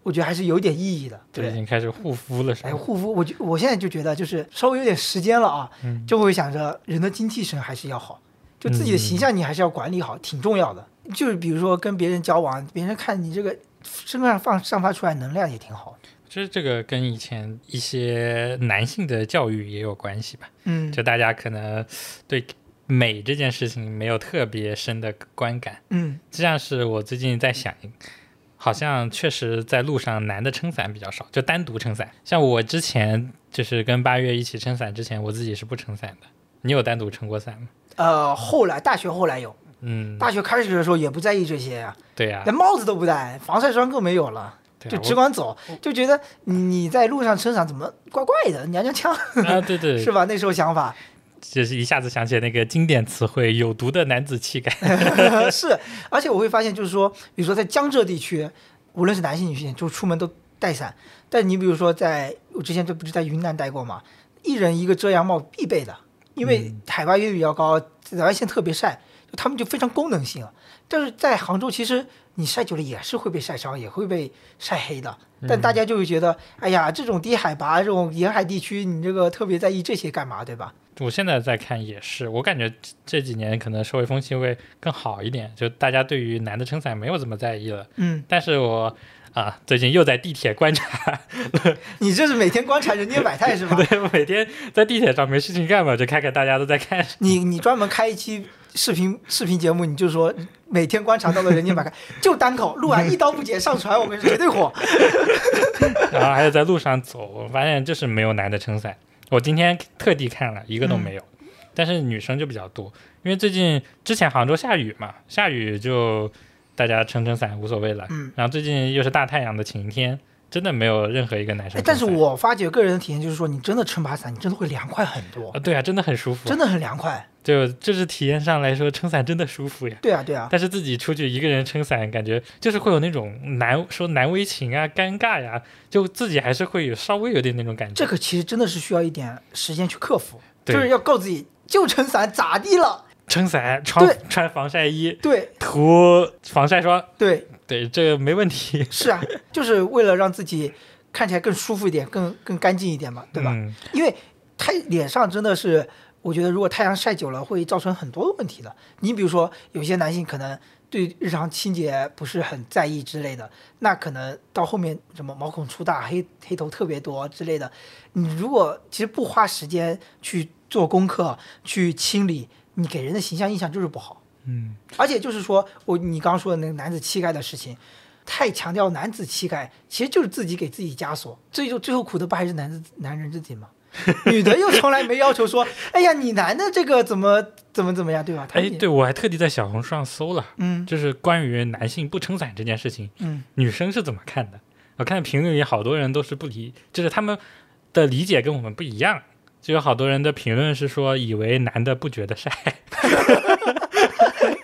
B: 我觉得还是有点意义的。
A: 就已经开始护肤了，是吧
B: 哎，？护肤，我就我现在就觉得，就是稍微有点时间了啊，
A: 嗯
B: 就会想着人的精气神还是要好，就自己的形象你还是要管理好，挺重要的。就是比如说跟别人交往，别人看你这个身上放散发出来能量也挺好。
A: 其实这个跟以前一些男性的教育也有关系吧，
B: 嗯
A: 就大家可能对美这件事情没有特别深的观感。
B: 嗯，
A: 就像是我最近在想，好像确实在路上男的撑伞比较少，就单独撑伞。像我之前就是跟八月一起撑伞之前，我自己是不撑伞的。你有单独撑过伞吗？
B: 呃，后来大学后来有，
A: 嗯，
B: 大学开始的时候也不在意这些呀、
A: 对啊
B: (laughs)
A: 呀、
B: 连帽子都不戴，防晒霜更没有了。
A: 对啊
B: 就
A: 呀、
B: 只管走，就觉得你在路上身上怎么怪怪的，娘娘腔 (laughs)
A: 我啊，对对，
B: 是吧？那时候想法，
A: 就是一 (laughs) 下子想起那个经典词汇“有毒的男子气概
B: (laughs) 是，而且我会发现，就是说，比如说在江浙地区，无论是男性女性，就出门都带伞。但你比如说在，我之前这不是在云南待过嘛，一人一个遮阳帽必备的，因为海拔也比较高，紫外线特别晒，就他们就非常功能性啊。但是在杭州，其实你晒久了也是会被晒伤，也会被晒黑的。但大家就会觉得，哎呀，这种低海拔、这种沿海地区，你这个特别在意这些干嘛，对吧？”。
A: 我现在在看也是，我感觉这这几年可能社会风气会更好一点，就大家对于男的撑伞没有这么在意了。
B: 嗯，
A: 但是我啊，最近又在地铁观察，
B: 你这是每天观察人间百态是
A: (laughs)
B: 吧？
A: 对，我每天在地铁上没事情干嘛，就看看大家都在看什
B: 你你专门开一期视频视频节目，你就说每天观察到的人间百态， (laughs) 就单口录完一刀不剪上传，我跟你说绝对 (laughs) 火。
A: 么，然后还有在路上走，我发现就是没有男的撑伞。我今天特地看了一个
B: 嗯
A: 都没有，但是女生就比较多，因为最近之前杭州下雨嘛，下雨就大家撑撑伞无所谓了，
B: 嗯
A: 然后最近又是大太阳的晴天，真的没有任何一个男生撑伞。
B: 哎但是我发觉个人的体验就是说，你真的撑把伞，你真的会凉快很 (laughs) 多
A: 啊，，对啊，真的很舒服，
B: 真的很凉快。
A: 就就是体验上来说，撑伞真的舒服呀。
B: 对啊，对啊，
A: 但是自己出去一个人撑伞，感觉就是会有那种难说难为情啊、尴尬呀、就自己还是会有稍微有点那种感觉。
B: 这个其实真的是需要一点时间去克服，
A: 对
B: 就是要告诉自己，就撑伞咋地了？
A: 撑伞、穿
B: 对
A: 穿防晒衣、
B: 对
A: 涂防晒霜，
B: 对，
A: 对，这个没问题，
B: 是啊，就是为了让自己看起来更舒服一点，更更干净一点 (laughs) 嘛，对吧？
A: 嗯
B: 因为太脸上真的是，我觉得如果太阳晒久了会造成很多问题的。你比如说，有些男性可能对日常清洁不是很在意之类的，那可能到后面什么毛孔粗大、黑黑头特别多之类的，你如果其实不花时间去做功课、去清理，你给人的形象印象就是不好。
A: 嗯，
B: 而且就是说我你刚刚说的那个男子气概的事情，太强调男子气概，其实就是自己给自己枷锁，最后最后苦的不还是男子男人自己吗？ (laughs) 女的又从来没要求说，哎呀，你男的这个怎么怎么怎么样，对吧？他
A: 哎，，对我还特地在小红书上搜了，
B: 嗯
A: 就是关于男性不撑伞这件事情，
B: 嗯，
A: 女生是怎么看的？我看评论里好多人都是不理，就是他们的理解跟我们不一样。就有好多人的评论是说，以为男的不觉得 (laughs) 晒，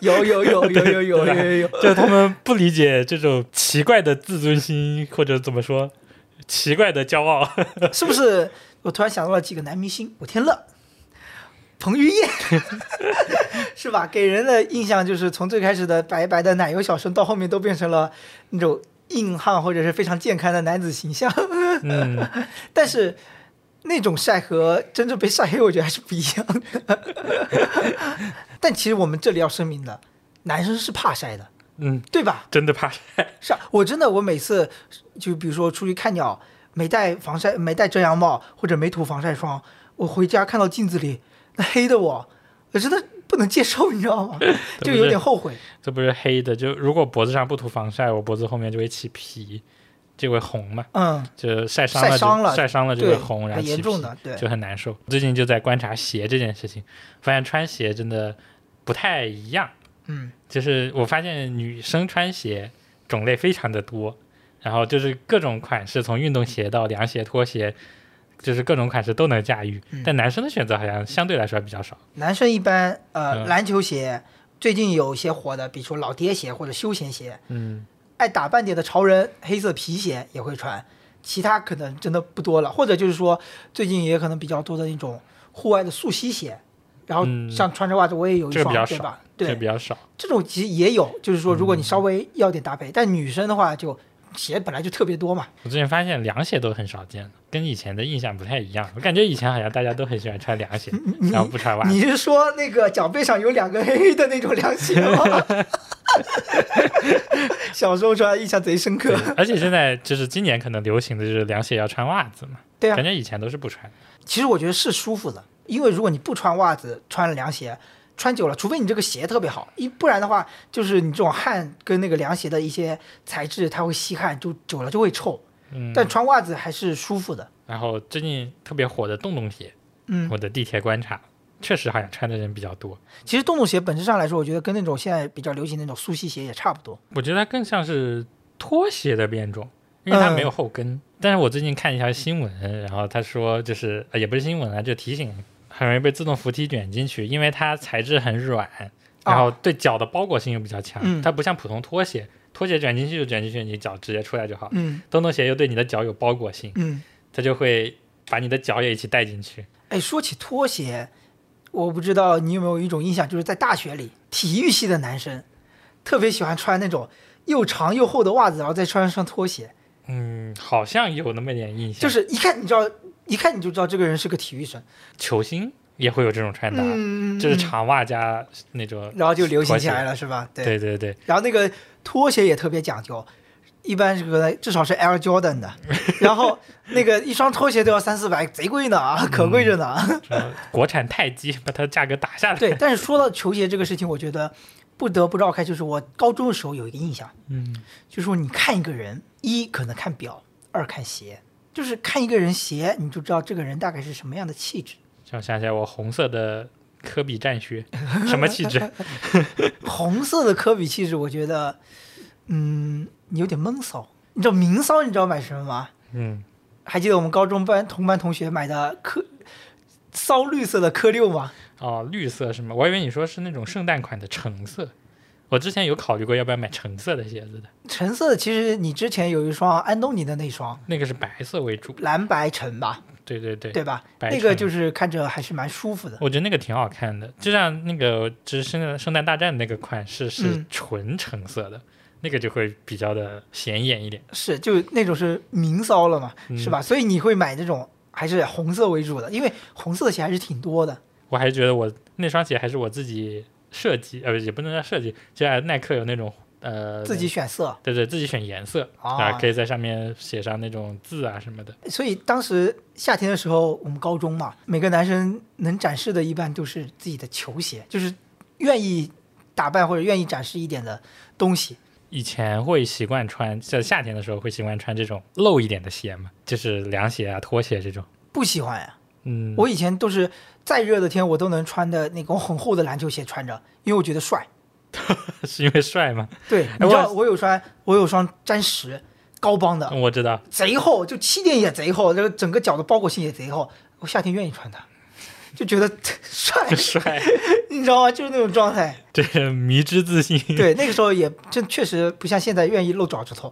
B: 有有有有有有有
A: 对吧
B: 有有，
A: 就是他们不理解这种奇怪的自尊心，或者怎么说，奇怪的骄 (laughs) 傲。
B: (laughs) 是不是？我突然想到了几个男明星，古天乐、彭于晏，是吧？给人的印象就是从最开始的白白的奶油小生，到后面都变成了那种硬汉或者是非常健康的男子形象。
A: 嗯，
B: (laughs) 但是那种晒和真正被晒黑，我觉得还是不一样的。但其实我们这里要声明的，男生是怕晒的，
A: 嗯，
B: 对吧？
A: 真的怕晒。
B: 是啊，我真的我每次就比如说出去看鸟，没戴防晒、没戴遮阳帽或者没涂防晒霜，我回家看到镜子里那黑的我，我真的不能接受，你知道吗？就有点后悔。
A: 这不是黑的，就如果脖子上不涂防晒，我脖子后面就会起皮，就会红嘛。
B: 嗯，
A: 就晒伤
B: 晒
A: 了就，
B: 伤了
A: 晒伤了就会
B: 对，
A: 红，然后
B: 很严
A: 起
B: 重
A: 皮
B: 的，对，
A: 就很难受。最近就在观察鞋这件事情，发现穿鞋真的不太一样。
B: 嗯，
A: 就是我发现女生穿鞋种类非常的多，然后就是各种款式，从运动鞋到凉鞋、拖鞋，就是各种款式都能驾驭。
B: 嗯
A: 但男生的选择好像相对来说还比较少。
B: 男生一般呃
A: 嗯
B: 篮球鞋，最近有一些火的，比如说老爹鞋或者休闲鞋，
A: 嗯，
B: 爱打扮点的潮人，黑色皮鞋也会穿，其他可能真的不多了。或者就是说，最近也可能比较多的那种户外的溯溪鞋，然后
A: 嗯
B: 像穿着袜子我也有一
A: 这个
B: 双，
A: 比较
B: 对
A: 少
B: 吧？
A: 这比
B: 对，
A: 较少。
B: 这种其实也有，就是说如果你稍微要点搭配，但女生的话就鞋本来就特别多嘛，
A: 我之前发现凉鞋都很少见了，跟以前的印象不太一样。我感觉以前好像大家都很喜欢穿
B: (laughs)
A: 凉鞋，然后不穿袜子。
B: 你是说那个脚背上有两个黑黑的那种凉鞋吗？
A: (laughs)
B: 小时候穿印象贼深刻
A: 对， (laughs) 而且现在就是今年可能流行的就是凉鞋要穿袜子嘛，
B: 对啊
A: 感，觉以前都是不穿的。
B: 其实我觉得是舒服的，因为如果你不穿袜子，穿了凉鞋，穿久了，除非你这个鞋特别好，一不然的话，就是你这种汗跟那个凉鞋的一些材质，它会吸汗，就久了就会臭。
A: 嗯，
B: 但穿袜子还是舒服的。
A: 然后最近特别火的洞洞鞋，
B: 嗯，
A: 我的地铁观察，确实好像穿的人比较多。
B: 其实洞洞鞋本质上来说，我觉得跟那种现在比较流行的那种溯溪鞋也差不多。
A: 我觉得它更像是拖鞋的变种，因为它
B: 嗯
A: 没有后跟。但是我最近看一条新闻，然后他说就是、呃也不是新闻啊，就提醒很容易被自动扶梯卷进去，因为它材质很软，然后对脚的包裹性又比较强，
B: 哦嗯
A: 它不像普通拖鞋，拖鞋卷进去就卷进去，你脚直接出来就好。
B: 嗯
A: 洞洞鞋又对你的脚有包裹性，
B: 嗯，
A: 它就会把你的脚也一起带进去。
B: 哎，说起拖鞋，我不知道你有没有一种印象，就是在大学里，体育系的男生特别喜欢穿那种又长又厚的袜子，然后再穿上拖鞋。
A: 嗯，好像有那么点印象，
B: 就是一看你知道，一看你就知道这个人是个体育生，
A: 球星也会有这种穿搭，
B: 嗯
A: 就是长袜加那种，
B: 然后就流行起来
A: 了。
B: 了，是吧？对。
A: 对对
B: (laughs)
A: 对，
B: 然后那个拖鞋也特别讲究，一般是个至少是 Air Jordan 的， (laughs) 然后那个一双拖鞋都要三四百，贼贵呢啊，可贵着呢。 (laughs)
A: 什么国产泰姬把它价格打下来。
B: 对，但是说到球鞋这个事情，我觉得不得不绕开，就是我高中的时候有一个印象，
A: 嗯，
B: 就是说你看一个人，一可能看表，二看鞋，就是看一个人鞋，你就知道这个人大概是什么样的气质。
A: 让我想起来我红色的科比战
B: (laughs)
A: 靴，什么气质？
B: 红色的科比气质，我觉得，嗯，有点闷骚。你知道明骚你知道买什么吗？
A: 嗯，
B: 还记得我们高中班同班同学买的科骚绿色的科六吗？
A: 哦，绿色是吗？我以为你说是那种圣诞款的橙色。我之前有考虑过要不要买橙色的鞋子的，
B: 橙色的其实你之前有一双安东尼的那双
A: 那个是白色为主。
B: 蓝白橙吧，
A: 对对对，
B: 对吧？
A: 白
B: 那个
A: 橙
B: 就是看着还是蛮舒服的。
A: 我觉得那个挺好看的，就像那个就是圣诞圣诞大战那个款式是
B: 嗯
A: 纯橙色的，那个就会比较的显眼一点。
B: 是，就那种是明骚了嘛，
A: 嗯
B: 是吧？所以你会买这种还是红色为主的，因为红色的鞋还是挺多的。
A: 我还觉得我那双鞋还是我自己设计，呃，也不能叫设计，就像耐克有那种呃
B: 自己选色，
A: 对对，自己选颜色
B: 哦
A: 啊，可以在上面写上那种字啊什么的。
B: 所以当时夏天的时候，我们高中嘛，每个男生能展示的一般都是自己的球鞋，就是愿意打扮或者愿意展示一点的东西。
A: 以前会习惯穿，在夏天的时候会习惯穿这种露一点的鞋嘛，就是凉鞋啊、拖鞋这种。
B: 不喜欢呀、
A: 嗯，
B: 我以前都是再热的天，我都能穿的那种很厚的篮球鞋穿着，因为我觉得帅。
A: (laughs) 是因为帅吗？
B: 对，
A: 我哦
B: 你知道我有双，我有双詹十高帮的，
A: 我知
B: (laughs)
A: 道，
B: 贼厚，就气垫也贼厚，这个整个脚的包裹性也贼厚。我夏天愿意穿它，就觉得 (laughs)
A: (laughs)
B: 帅，
A: 帅，
B: 你知道吗？就是那种状态。
A: 这是迷之自信。
B: (laughs) 对，那个时候也真确实不像现在愿意露脚趾头。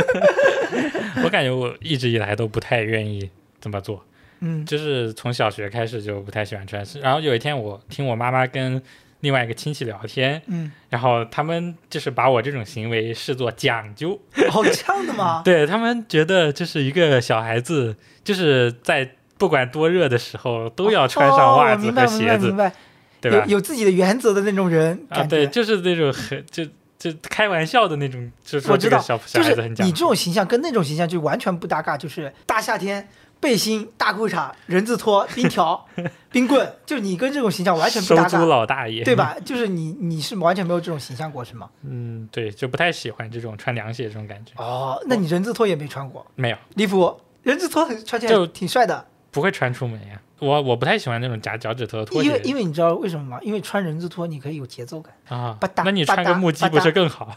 A: (laughs) 我感觉我一直以来都不太愿意这么做，
B: 嗯
A: 就是从小学开始就不太喜欢穿。然后有一天我听我妈妈跟另外一个亲戚聊天，
B: 嗯，
A: 然后他们就是把我这种行为视作讲究，
B: 哦，这样的吗？
A: 对他们觉得就是一个小孩子就是在不管多热的时候 (laughs) 都要穿上袜子
B: 哦、
A: 和鞋子，
B: 明白明白明白
A: 对吧
B: 有？有自己的原则的那种人，
A: 啊，
B: 感
A: 对，
B: 觉。
A: 就是那种很就就开玩笑的那种，就说
B: 我
A: 这
B: 知
A: 个
B: 道，
A: 小
B: 就
A: 小孩
B: 是
A: 子很讲
B: 你
A: 究。
B: 这种形象跟那种形象就完全不搭嘎，就是大夏天背心、大裤衩、人字拖、冰
A: (laughs)
B: 条、冰棍，就你跟这种形象完全不
A: 收
B: 搭
A: 租
B: 嘎，
A: 老大爷，
B: 对？吧？就是你你是完全没有这种形象过是吗？
A: 嗯，对，就不太喜欢这种穿凉鞋这种感觉。
B: 哦，那你人字拖也没穿过，
A: 没有，
B: 礼服人字拖很穿起
A: 就
B: 来挺帅的，
A: 不会穿出门呀。我我不太喜欢那种夹脚趾头的拖
B: 因为
A: 鞋
B: 因为你知道为什么吗？因为穿人字拖你可以有节奏感，
A: 啊
B: 吧。嗒
A: 那你穿个
B: 吧嗒
A: 木屐
B: 吧
A: 不是
B: 嗒
A: 更好？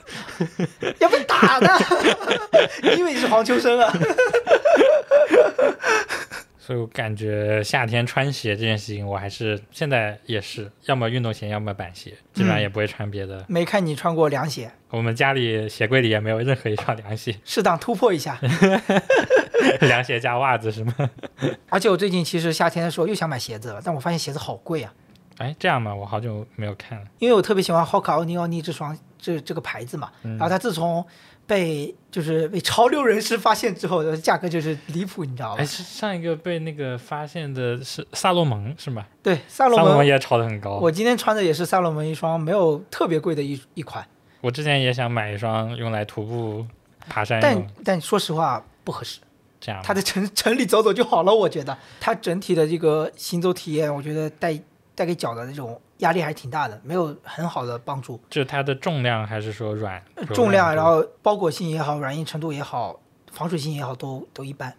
B: 要被打的，因为你是黄秋生啊。
A: (laughs)
B: (laughs)
A: 所以我感觉夏天穿鞋这件事情，我还是现在也是，要么运动鞋，要么板鞋，基本上
B: 嗯
A: 也不会穿别的。
B: 没看你穿过凉鞋，，
A: 我们家里鞋柜里也没有任何一双凉鞋 (laughs)
B: 适当突破一下。
A: 凉鞋加袜子是吗？
B: 而且我最近其实夏天的时候又想买鞋子了，但我发现鞋子好贵啊，
A: (laughs) 哎，这样吧，我好久没有看了。
B: 因为我特别喜欢 h o k a 奥尼奥尼这双这这个牌子嘛。
A: 嗯
B: 然后它自从被就是被潮流人士发现之后，价格就是离谱，你知道吧
A: 哎，？是上一个被那个发现的是萨洛蒙是吗？
B: 对，萨洛
A: 萨洛蒙
B: 门，
A: 也炒得很高。
B: 我今天穿的也是萨洛门一双没有特别贵的一一款，
A: 我之前也想买一双用来徒步、爬山用
B: 但，但说实话不合适。
A: 这样吧
B: 它在城 (laughs) 城里走走就好了，我觉得它整体的这个行走体验，我觉得带带给脚的那种压力还是挺大的，没有很好的帮助。
A: 就是它的重量还是说软柔度
B: 呃嗯重量，然后包裹性也好，软硬程度也好，防水性也好，都都一般。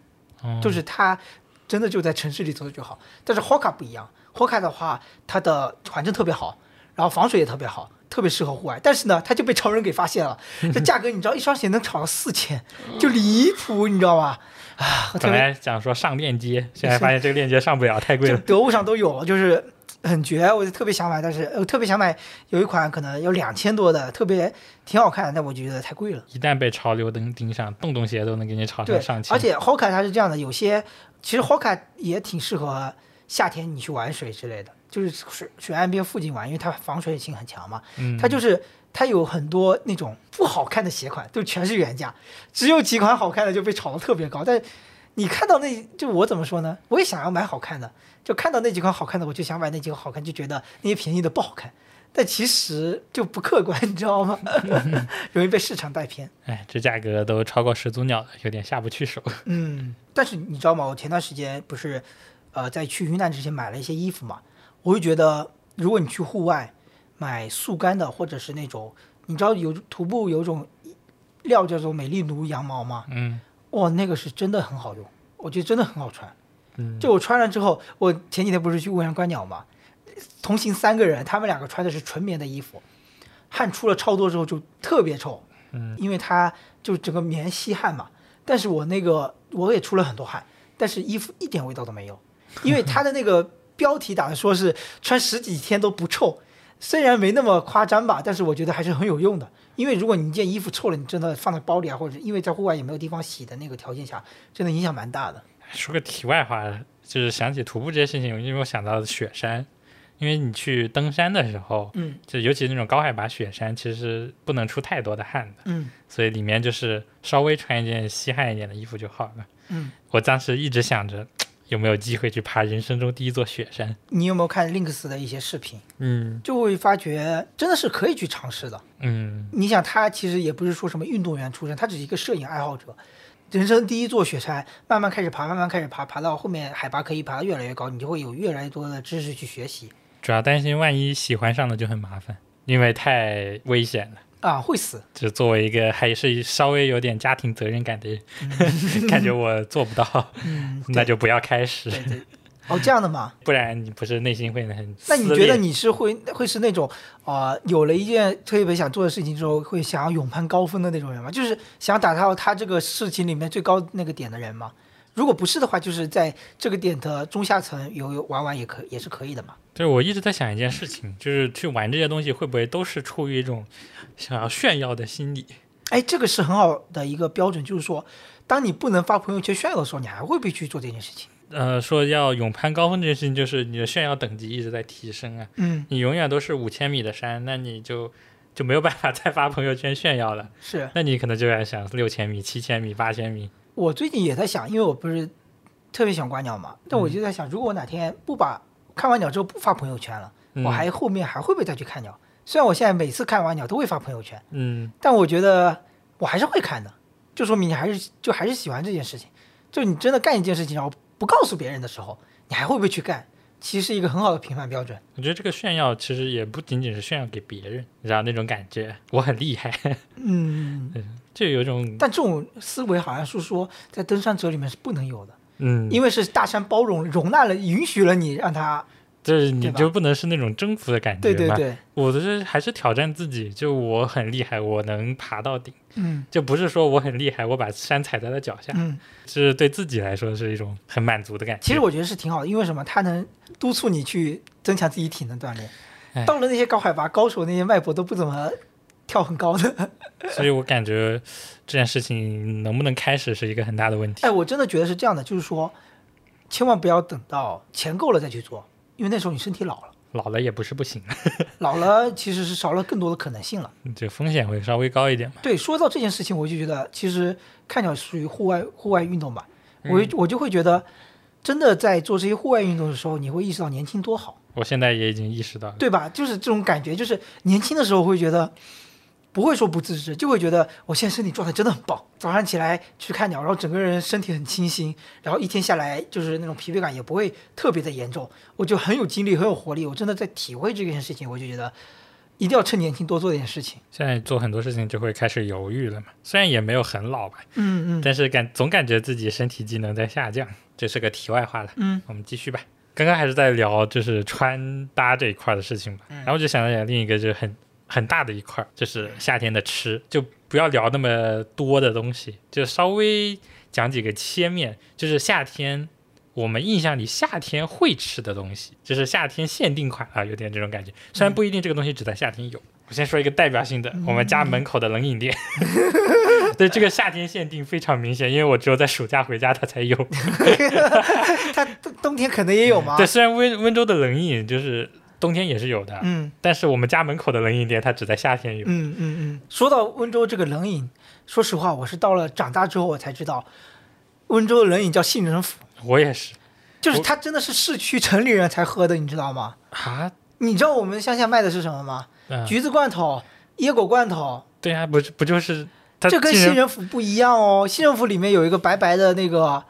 A: 嗯
B: 就是 (laughs) 它真的就在城市里走走就好。但是 Hoka 不一样，Hoka 的话，它的缓震特别好，然后防水也特别好，特别适合户外。但是呢，它就被潮人给发现 (laughs) 了，这价格你知道，一双鞋能炒到四千，就离谱，你知道吧？啊，我特
A: 本
B: 别
A: 来想说上链
B: (laughs)
A: 接，现在发现这个链接上不了，太贵
B: 就
A: 了。
B: 得物上都有，就是很绝，我就特别想买，但是我特别想买有一款可能有两千多的，特别挺好看，但我觉得太贵了。
A: 一旦被潮流灯盯上，洞洞鞋都能给你炒
B: 对
A: 成上，千。
B: 而且 Hoka 它是这样的，有些其实 Hoka 也挺适合夏天你去玩水之类的，就是水水岸边附近玩，因为它防水性很强嘛。
A: 嗯
B: 它就是它有很多那种不好看的鞋款，就全是原价，只有几款好看的就被炒得特别高。但你看到那就我怎么说呢？我也想要买好看的，就看到那几款好看的，我就想买那几款好看，就觉得那些便宜的不好看。但其实就不客观，你知道吗？ (laughs) 容易被市场带偏。
A: 哎，这价格都超过始祖鸟了，有点下不去手。
B: 嗯，但是你知道吗？我前段时间不是，呃，在去云南之前买了一些衣服嘛，我就觉得，如果你去户外买速干的，或者是那种，你知道有徒步有种料叫做美丽奴羊毛吗？
A: 嗯，
B: 哇，那个是真的很好用，我觉得真的很好穿。
A: 嗯
B: 就我穿了之后，我前几天不是去乌阳观鸟嘛，同行三个人，他们两个穿的是纯棉的衣服，汗出了超多之后就特别臭，
A: 嗯，
B: 因为它就整个棉吸汗嘛。但是我那个我也出了很多汗，但是衣服一点味道都没有，因为它的那个标题打的说是穿十几天都不臭，虽然没那么夸张吧，但是我觉得还是很有用的。因为如果你一件衣服臭了，你真的放在包里啊，或者是因为在户外也没有地方洗的那个条件下，真的影响蛮大的。
A: 哎说个题外话，就是想起徒步这些事情，因为我想到了雪山，因为你去登山的时候，
B: 嗯
A: 就尤其那种高海拔雪山，其实不能出太多的汗的，
B: 嗯
A: 所以里面就是稍微穿一件吸汗一点的衣服就好了。
B: 嗯，
A: 我当时一直想着有没有机会去爬人生中第一座雪山，
B: 你有没有看 Links 的一些视频？
A: 嗯
B: 就会发觉真的是可以去尝试的。
A: 嗯，
B: 你想，他其实也不是说什么运动员出身，他只是一个摄影爱好者。人生第一座雪山，慢慢开始爬，慢慢开始爬，爬到后面海拔可以爬得越来越高，你就会有越来越多的知识去学习
A: 主要担心万一喜欢上了就很麻烦，因为太危险了。
B: 啊，会 (laughs) 死。
A: 就作为一个还是稍微有点家庭责任感的人， (laughs) 感觉我做不到，
B: 嗯，
A: (laughs) 那就不要开始，
B: 对对。哦，这样的吗？
A: 不然你不是内心会很
B: 那
A: 撕
B: 你
A: 裂。
B: 觉得你是会会是那种啊、呃有了一件特别想做的事情之后，会想要勇攀高峰的那种人吗？就是想达到他这个事情里面最高那个点的人吗？如果不是的话，就是在这个点的中下层游游玩玩也可也是可以的嘛。
A: 对，我一直在想一件事情，就是去玩这些东西会不会都是出于一种想要炫耀的心理？
B: 哎，这个是很好的一个标准，就是说，当你不能发朋友圈炫耀的时候，你还会不会去做这件事情？
A: 呃，说要勇攀高峰这件事情，就是你的炫耀等级一直在提升啊，
B: 嗯，
A: 你永远都是五千米的山，那你就就没有办法再发朋友圈炫耀了，
B: 是
A: 那你可能就要想六千米、七千米、八千米，
B: 我最近也在想，因为我不是特别喜欢观鸟嘛，但我就在想，如果我哪天不把看完鸟之后不发朋友圈了，
A: 嗯
B: 我还后面还会不会再去看鸟？虽然我现在每次看完鸟都会发朋友圈，
A: 嗯，
B: 但我觉得我还是会看的，就说明你还是就还是喜欢这件事情。就你真的干一件事情，然后不告诉别人的时候，你还会不会去干？其实是一个很好的评判标准。
A: 我觉得这个炫耀其实也不仅仅是炫耀给别人，你知道那种感觉，我很厉害， (laughs)
B: 嗯，
A: 就有一种
B: 但这种思维好像是说在登山者里面是不能有的，
A: 嗯，
B: 因为是大山包容容纳了，允许了你让他。
A: 就是
B: 对
A: 你
B: 吧
A: 就不能是那种征服的感觉
B: 对对
A: 嘛
B: 对，
A: 我的是还是挑战自己，就我很厉害，我能爬到顶，
B: 嗯
A: 就不是说我很厉害，我把山踩在了脚下，
B: 嗯，
A: 是对自己来说是一种很满足的感觉。
B: 其实我觉得是挺好的，因为什么？它能督促你去增强自己体能锻炼
A: 哎。
B: 到了那些高海拔高手，那些脉搏都不怎么跳很高的。
A: 所以我感觉这件事情能不能开始是一个很大的问题。
B: 哎，我真的觉得是这样的，就是说，千万不要等到钱够了再去做，因为那时候你身体老了，
A: 老了也不是不行， (laughs)
B: 老了其实是少了更多的可能性了。
A: 就风险会稍微高一点嘛。
B: 对，说到这件事情，我就觉得其实看鸟属于户外户外运动吧，我就我就会觉得，真的在做这些户外运动的时候，你会意识到年轻多好，
A: 我现在也已经意识到了，
B: 对吧？就是这种感觉，就是年轻的时候会觉得。不会说不自知，就会觉得我现在身体状态真的很棒。早上起来去看鸟，然后整个人身体很清新，然后一天下来就是那种疲惫感也不会特别的严重，我就很有精力，很有活力。我真的在体会这件事情，我就觉得一定要趁年轻多做点事情。
A: 现在做很多事情就会开始犹豫了嘛。虽然也没有很老吧，
B: 嗯嗯
A: 但是感总感觉自己身体机能在下降。这是个题外话了。
B: 嗯，
A: 我们继续吧。刚刚还是在聊就是穿搭这一块的事情吧，然后就想到另一个就是很很大的一块，就是夏天的吃，就不要聊那么多的东西，就稍微讲几个切面，就是夏天我们印象里夏天会吃的东西，就是夏天限定款啊，有点这种感觉。虽然不一定这个东西只在夏天有，我先说一个代表性的，我们家门口的冷饮店。 (laughs) 对这个夏天限定非常明显，因为我只有在暑假回家它才有。
B: 嗯 (laughs) 它冬冬天可能也有吗？
A: 对，虽然温温州的冷饮就是冬天也是有的，
B: 嗯
A: 但是我们家门口的冷饮店它只在夏天有。
B: 嗯嗯嗯。说到温州这个冷饮，说实话，我是到了长大之后我才知道，温州的冷饮叫杏仁府，
A: 我也是
B: 就是
A: 我
B: 它真的是市区城里人才喝的，你知道吗？
A: 啊，
B: 你知道我们乡下卖的是什么吗？
A: 嗯、
B: 橘子罐头、椰果罐头，
A: 对啊，不是不就是它
B: 这跟
A: 竟然
B: 杏仁府不一样哦。杏仁府里面有一个白白的那个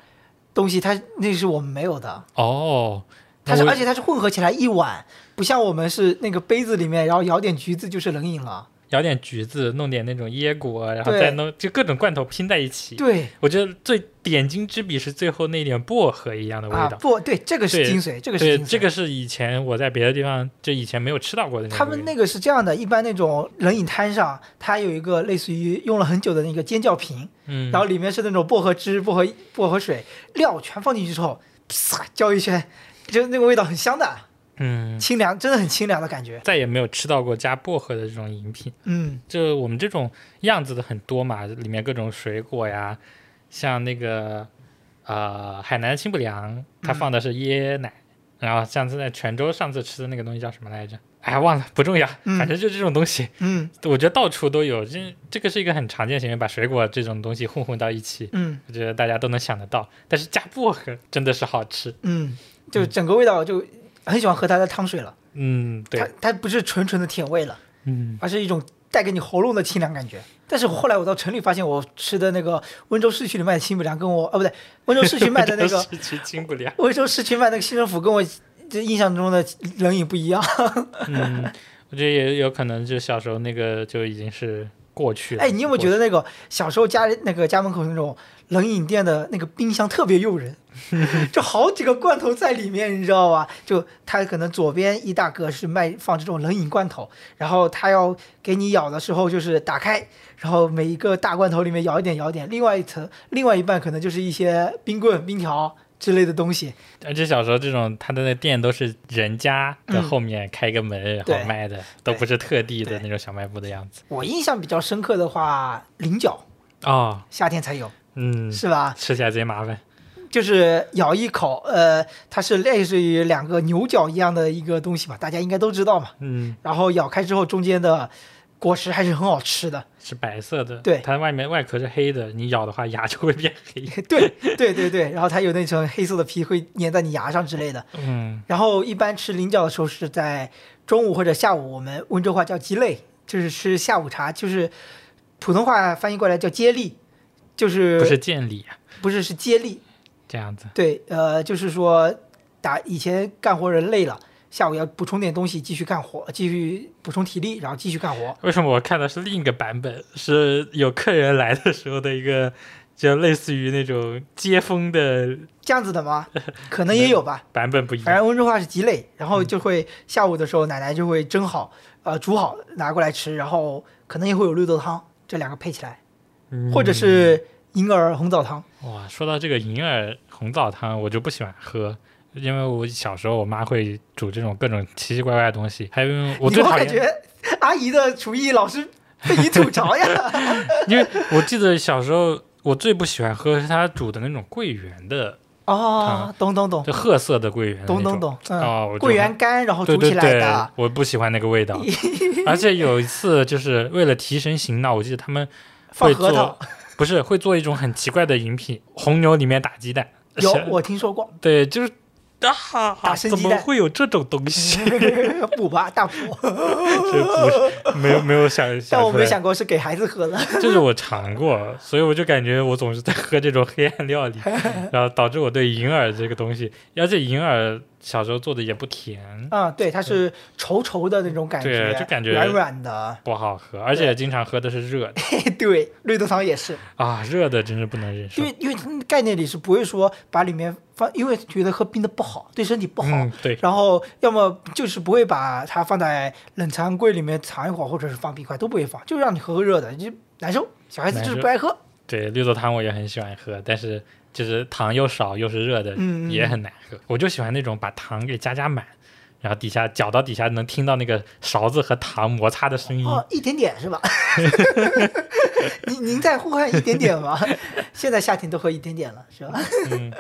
B: 东西，它那是我们没有的。
A: 哦，
B: 它是，
A: 那我
B: 而且它是混合起来一碗，不像我们是那个杯子里面，然后舀点橘子就是冷饮了。
A: 咬点橘子，弄点那种椰果，然后
B: 对
A: 再弄就各种罐头拼在一起。
B: 对
A: 我觉得最点睛之笔是最后那点薄荷一样的味
B: 啊，
A: 道。
B: 不对，这个是
A: 对
B: 精髓，这个是
A: 对，
B: 精髓。
A: 这个是以前我在别的地方就以前没有吃到过的那种味
B: 他
A: 道。
B: 们那个是这样的，一般那种冷饮摊上，它有一个类似于用了很久的那个尖叫瓶，
A: 嗯，
B: 然后里面是那种薄荷汁、薄荷薄荷水，料全放进去之后，啪浇一圈，就那个味道很香的，
A: 嗯，
B: 清凉，真的很清凉的感觉。
A: 再也没有吃到过加薄荷的这种饮品。
B: 嗯，
A: 就我们这种样子的很多嘛，里面各种水果呀，像那个呃海南新不良，它放的是椰奶，然后像是在泉州上次吃的那个东西叫什么来着？哎，忘了，不重要，
B: 嗯
A: 反正就这种东西，
B: 嗯
A: 我觉得到处都有。这这个是一个很常见行为，把水果这种东西混混到一起，
B: 嗯
A: 我觉得大家都能想得到。但是加薄荷真的是好吃，
B: 嗯，就整个味道就很喜欢喝它的汤水了。
A: 嗯，对
B: 它，它不是纯纯的甜味了，
A: 嗯
B: 而是一种带给你喉咙的清凉感觉。但是我后来我到城里发现，我吃的那个温州市区里卖的清补凉，跟我啊不对，温州市区卖
A: (laughs)
B: 的那个
A: 市区清不了。
B: 温州市区卖那个新政府跟我这印象中的冷饮不一样。 (laughs)
A: 嗯，我觉得也有可能，就小时候那个就已经是过去了。
B: 哎，你有没有觉
A: 得？
B: 得那个小时候家那个家门口那种冷饮店的那个冰箱特别
A: (laughs)
B: 诱人？就好几个罐头在里面，你知道吧？就他可能左边一大格是卖放这种冷饮罐头，然后他要给你舀的时候就是打开，然后每一个大罐头里面舀一点舀一点，另外一层另外一半可能就是一些冰棍、冰条之类的东西。
A: 而且小时候这种他的那店都是人家的后面开个门、然
B: 嗯对
A: 后卖的，都不是特地的
B: 对
A: 那种小卖部的样子。
B: 我印象比较深刻的话，菱角
A: 哦，
B: 夏天才有，
A: 嗯，
B: 是吧？
A: 吃起来贼麻
B: (laughs)
A: 烦。
B: 就是咬一口，呃，它是类似于两个牛角一样的一个东西吧，大家应该都知道嘛。
A: 嗯，
B: 然后咬开之后，中间的果实还是很好吃的。 (laughs)
A: 是白色的，
B: 对
A: 它外面外壳是黑的，你咬的话牙就会
B: (laughs)
A: 变黑。
B: 对对对对，然后它有那层黑色的皮会粘在你牙上之类的。
A: 嗯，
B: 然后一般吃菱角的时候是在中午或者下午，我们温州话叫鸡肋，就是吃下午茶，就是普通话翻译过来叫接力，就是
A: 不是见礼啊，
B: 不是是接力，
A: 这样子。
B: 对，呃，就是说打以前干活人累了，下午要补充点东西，继续干活，继续补充体力，然后继续干活。
A: 为什么我看的是另一个版本？是有客人来的时候的一个，就类似于那种接风的
B: 这样子
A: (laughs)
B: 的吗？可能也有吧。
A: 版本不一样
B: 反。正温州话是鸡肋，然
A: 嗯
B: 后就会下午的时候，奶奶就会蒸好，呃，煮好拿过来吃，然后可能也会有绿豆汤，这两个配起来，
A: 嗯
B: 或者是银耳红枣汤。
A: 哇，说到这个银耳红枣汤，我就不喜欢喝，因为我小时候我妈会煮这种各种奇奇怪怪的东西，还有
B: (laughs)
A: 我
B: 你
A: 最
B: 我
A: 讨
B: 感
A: 厌，
B: 觉阿姨的厨艺老是被你吐槽
A: (laughs)
B: 呀。
A: 因为我记得小时候我最不喜欢喝是她煮的那种桂圆的， (laughs)
B: 哦，懂懂懂
A: 就褐色的桂圆的那
B: 懂
A: 种，
B: 懂懂，
A: 哦我就
B: 嗯，桂圆干然后
A: 对
B: 煮
A: 对
B: 起来
A: 对 (laughs)
B: 的，，
A: 我不喜欢那个
B: (laughs)
A: 味道。而且有一次就是为了提神醒脑，我记得他们
B: 放
A: 会
B: 核桃
A: 做。，不是会做一种很奇怪的饮品，红牛里面打鸡蛋。
B: 有，我听说过 (laughs)
A: 对，就是啊，
B: 打生
A: 怎
B: 鸡
A: 么
B: 蛋
A: 会有这种东
B: (laughs)
A: 西？
B: 补吧大
A: (laughs)
B: 补，
A: 这不是没有没有想，
B: 但我
A: 出
B: 没
A: 来
B: 想过是给孩子喝的。
A: 这是我尝过，所以我就感觉我总是在喝这种黑暗料
B: (laughs)
A: 理，然后导致我对银耳这个东西，而且银耳小时候做的也不甜，
B: 啊，对，它是稠稠的那种感觉，
A: 对就感觉
B: 软软的。 (laughs)
A: 不好喝，而且经常喝的是热的
B: 对，绿豆汤也是，
A: 啊，热的真是不能忍受
B: 因。为因为它那概念里是不会说把里面放，因为觉得喝冰的不好，对身体不好。
A: 嗯，对，
B: 然后要么就是不会把它放在冷藏柜里面藏一会儿，或者是放冰块都不会放，就让你喝喝热的，你就难受。小孩子就是
A: 难受
B: 不爱喝。
A: 对，绿豆汤我也很喜欢喝，但是就是糖又少又是热的，
B: 嗯嗯
A: 也很难喝。我就喜欢那种把糖给加加满，然后底下搅到底下能听到那个勺子和糖摩擦的声音。
B: 哦，一点点是吧？ (laughs) 您您在呼唤一点点吗？ (laughs) 现在夏天都喝一点点了是吧？ (laughs)
A: 嗯，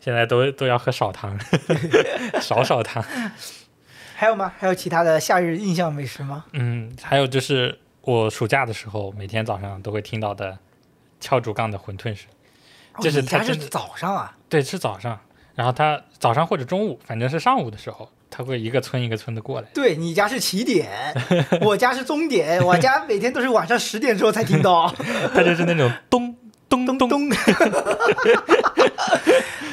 A: 现在都都要喝少糖， (laughs) 少少糖。
B: 还有吗？还有其他的夏日印象美食吗？
A: 嗯，还有就是我暑假的时候，每天早上都会听到的敲竹杠的馄饨声。
B: 哦
A: 这是
B: 你
A: 它
B: 家是
A: 真的
B: 早上啊？
A: 对，是早上，然后他早上或者中午，反正是上午的时候，他会一个村一个村的过来。
B: 对你家是起点， (laughs) 我家是终点，我家每天都是晚上十点之后才
A: (laughs)
B: 听到
A: 他就是那种咚咚
B: 咚
A: 咚
B: (laughs) 咚。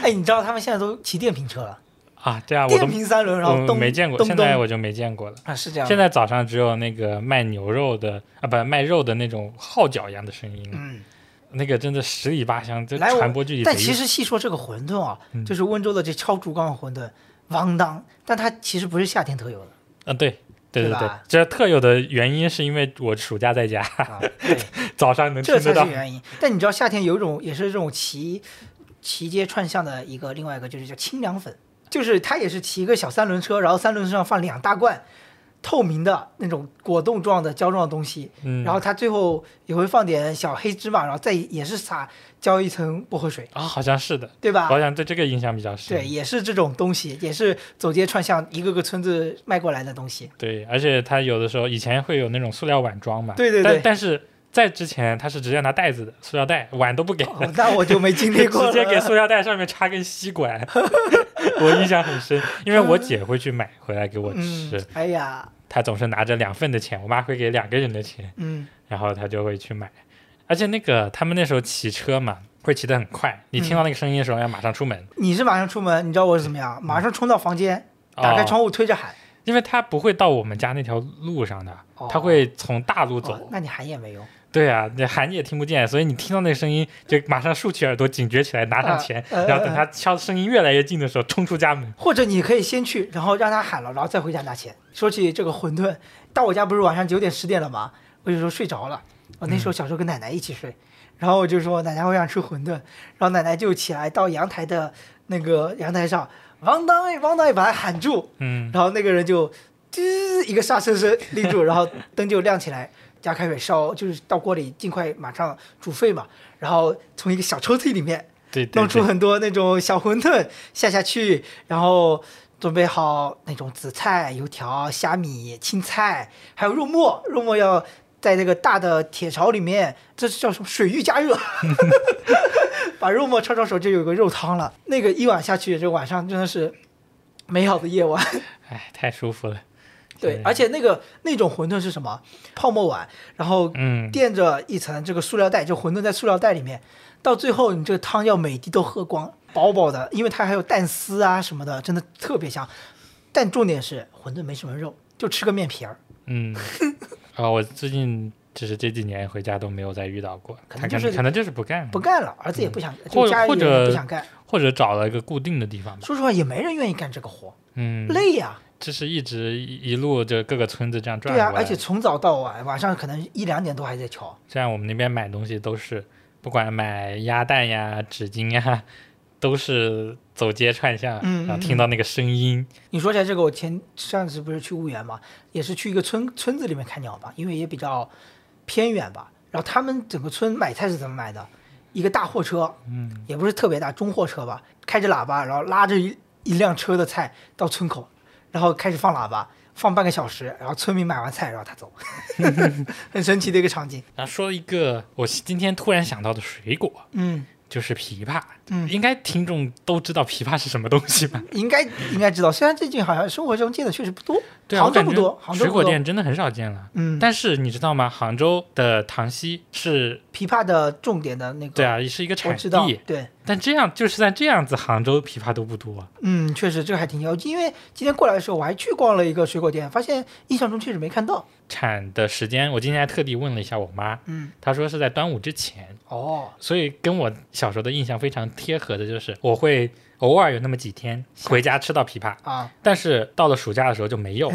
B: 哎，你知道他们现在都骑电瓶车了？
A: 啊，对啊，我都
B: 电瓶三轮，然后
A: 我
B: 咚
A: 没见过，
B: 咚
A: 现在
B: 咚
A: 我就没见过了。
B: 啊是这样的，
A: 现在早上只有那个卖牛肉的啊，不卖肉的那种号角一样的声音，
B: 嗯，
A: 那个真的十里八乡，这
B: 来我
A: 传播距离贼
B: 但
A: 远。
B: 其实细说这个馄饨啊，
A: 嗯
B: 就是温州的这敲竹杠馄饨，汪当，但它其实不是夏天特有的。
A: 啊，对对
B: 对
A: 对对
B: 吧，
A: 这特有的原因是因为我暑假在家，
B: 啊，对，
A: 早上能听得
B: 这才
A: 到
B: 是。原因。但你知道夏天有一种也是这种骑骑街串巷的一个另外一个就是叫清凉粉，就是它也是骑一个小三轮车，然后三轮车上放两大罐透明的那种果冻状的胶状的东西，
A: 嗯，
B: 然后它最后也会放点小黑芝麻，然后再也是撒浇一层薄荷水，
A: 啊，好像是的，
B: 对吧
A: 我？好像对这个印象比较深。
B: 对，也是这种东西，也是走街串巷一个个村子卖过来的东西。
A: 对，而且它有的时候以前会有那种塑料碗装嘛，
B: 对对对
A: 但但是在之前它是直接拿袋子的，塑料袋碗都不
B: (laughs)
A: 给，
B: 哦，那我就没经历
A: (laughs)
B: 过
A: 直
B: 了。
A: 接给塑料袋上面插根吸
B: (laughs)
A: 管，我印象很深，因为我姐会去买回来给我吃，
B: 嗯，哎呀，
A: 她总是拿着两份的钱，我妈会给两个人的钱，
B: 嗯
A: 然后她就会去买，而且那个他们那时候骑车嘛，会骑得很快，你
B: 嗯
A: 听到那个声音的时候要马上出门，
B: 你是马上出门，你知道我是怎么样？马上冲到房间，打开
A: 嗯哦
B: 窗户推着喊。
A: 因为他不会到我们家那条路上的，
B: 哦
A: 他会从大路走。
B: 哦那你喊也没用。
A: 对啊，你喊你也听不见，所以你听到那个声音就马上竖起耳朵警觉起来，拿上钱，
B: 呃呃
A: 然后等他敲声音越来越近的时候冲出家门。
B: 或者你可以先去，然后让他喊了，然后再回家拿钱。说起这个馄饨，到我家不是晚上九点十点了吗？我有时候睡着了，我那时候小时候跟奶奶一起睡，然后我就说奶奶我想吃馄饨，然后奶奶就起来到阳台的那个阳台上，汪当哎汪当哎把他喊住，
A: 嗯，
B: 然后那个人就吱一个刹车声立住，然后灯就亮起来，加开水烧，就是到锅里尽快马上煮沸嘛，然后从一个小抽屉里面
A: 对对
B: 弄出
A: 对，
B: 很多那种小馄饨下下去，然后准备好那种紫菜、油条、虾米、青菜，还有肉末，肉末要在那个大的铁槽里面，这是叫什么？水域加
A: (laughs)
B: 热，把肉末焯焯熟就有个肉汤了。那个一碗下去，这晚上真的是美好的夜晚。
A: 哎，太舒服了。
B: 对，而且那个那种馄饨是什么？泡沫碗，然后
A: 嗯，
B: 垫着一层这个塑料袋，就馄饨在塑料袋里面，到最后你这个汤要每滴都喝光， (laughs) 饱饱的，因为它还有蛋丝啊什么的，真的特别香。但重点是馄饨没什么肉，就吃个面皮儿，
A: 嗯，啊、我最近就是这几年回家都没有再遇到过，
B: 可
A: 他可
B: 能就是
A: 能可能就是不干了，
B: 不干了，儿子也不想，
A: 或
B: 就家
A: 嗯
B: 里
A: 或
B: 人
A: 者
B: 也不想干。
A: 或者找了一个固定的地方吧。
B: 说实话，也没人愿意干这个活，
A: 嗯，
B: 累呀、
A: 就是一直一一路就各个村子这样转
B: 对
A: 过
B: 呀、
A: 来，
B: 而且从早到晚，晚上可能一两点都还在敲。
A: 这样我们那边买东西都是，不管买鸭蛋呀、纸巾呀，都是走街串巷，
B: 嗯嗯
A: 然后听到那个声音，
B: 你说起来这个，我前上次不是去婺源嘛，也是去一个村村子里面看鸟嘛，因为也比较偏远吧。然后他们整个村买菜是怎么买的？一个大货车，
A: 嗯，
B: 也不是特别大，中货车吧，开着喇叭，然后拉着一一辆车的菜到村口，然后开始放喇叭，放半个小时，然后村民买完菜，然后
A: (laughs)
B: 他走，很神奇的一个场景。
A: 然后说一个我今天突然想到的水果，
B: 嗯，
A: 就是枇杷。
B: 嗯
A: 应该听众都知道枇杷是什么东西吧？
B: 应该应该知道，虽然最近好像生活中见的确实不多，
A: 对啊，
B: 杭
A: 我
B: 州
A: 感
B: 不多
A: 觉，
B: 杭州
A: 水
B: 不
A: 果
B: 多。
A: 店真的很少见了。
B: 嗯，
A: 但是你知道吗？杭州的糖稀是，
B: 琵琶的重点的那个，
A: 对啊，是一个
B: 嗯我
A: 产
B: 知道
A: 地，，
B: 对。
A: 但这样就是在这样子，杭州枇杷都不多。
B: 嗯，确实这个还挺要，因为今天过来的时候我还去逛了一个水果店，发现印象中确实没看到。
A: 产的时间，我今天还特地问了一下我妈，
B: 嗯，
A: 她说是在端午之前，
B: 哦，
A: 所以跟我小时候的印象非常贴合的就是，我会偶尔有那么几天回家吃到枇杷，
B: 啊，
A: 但是到了暑假的时候就没有，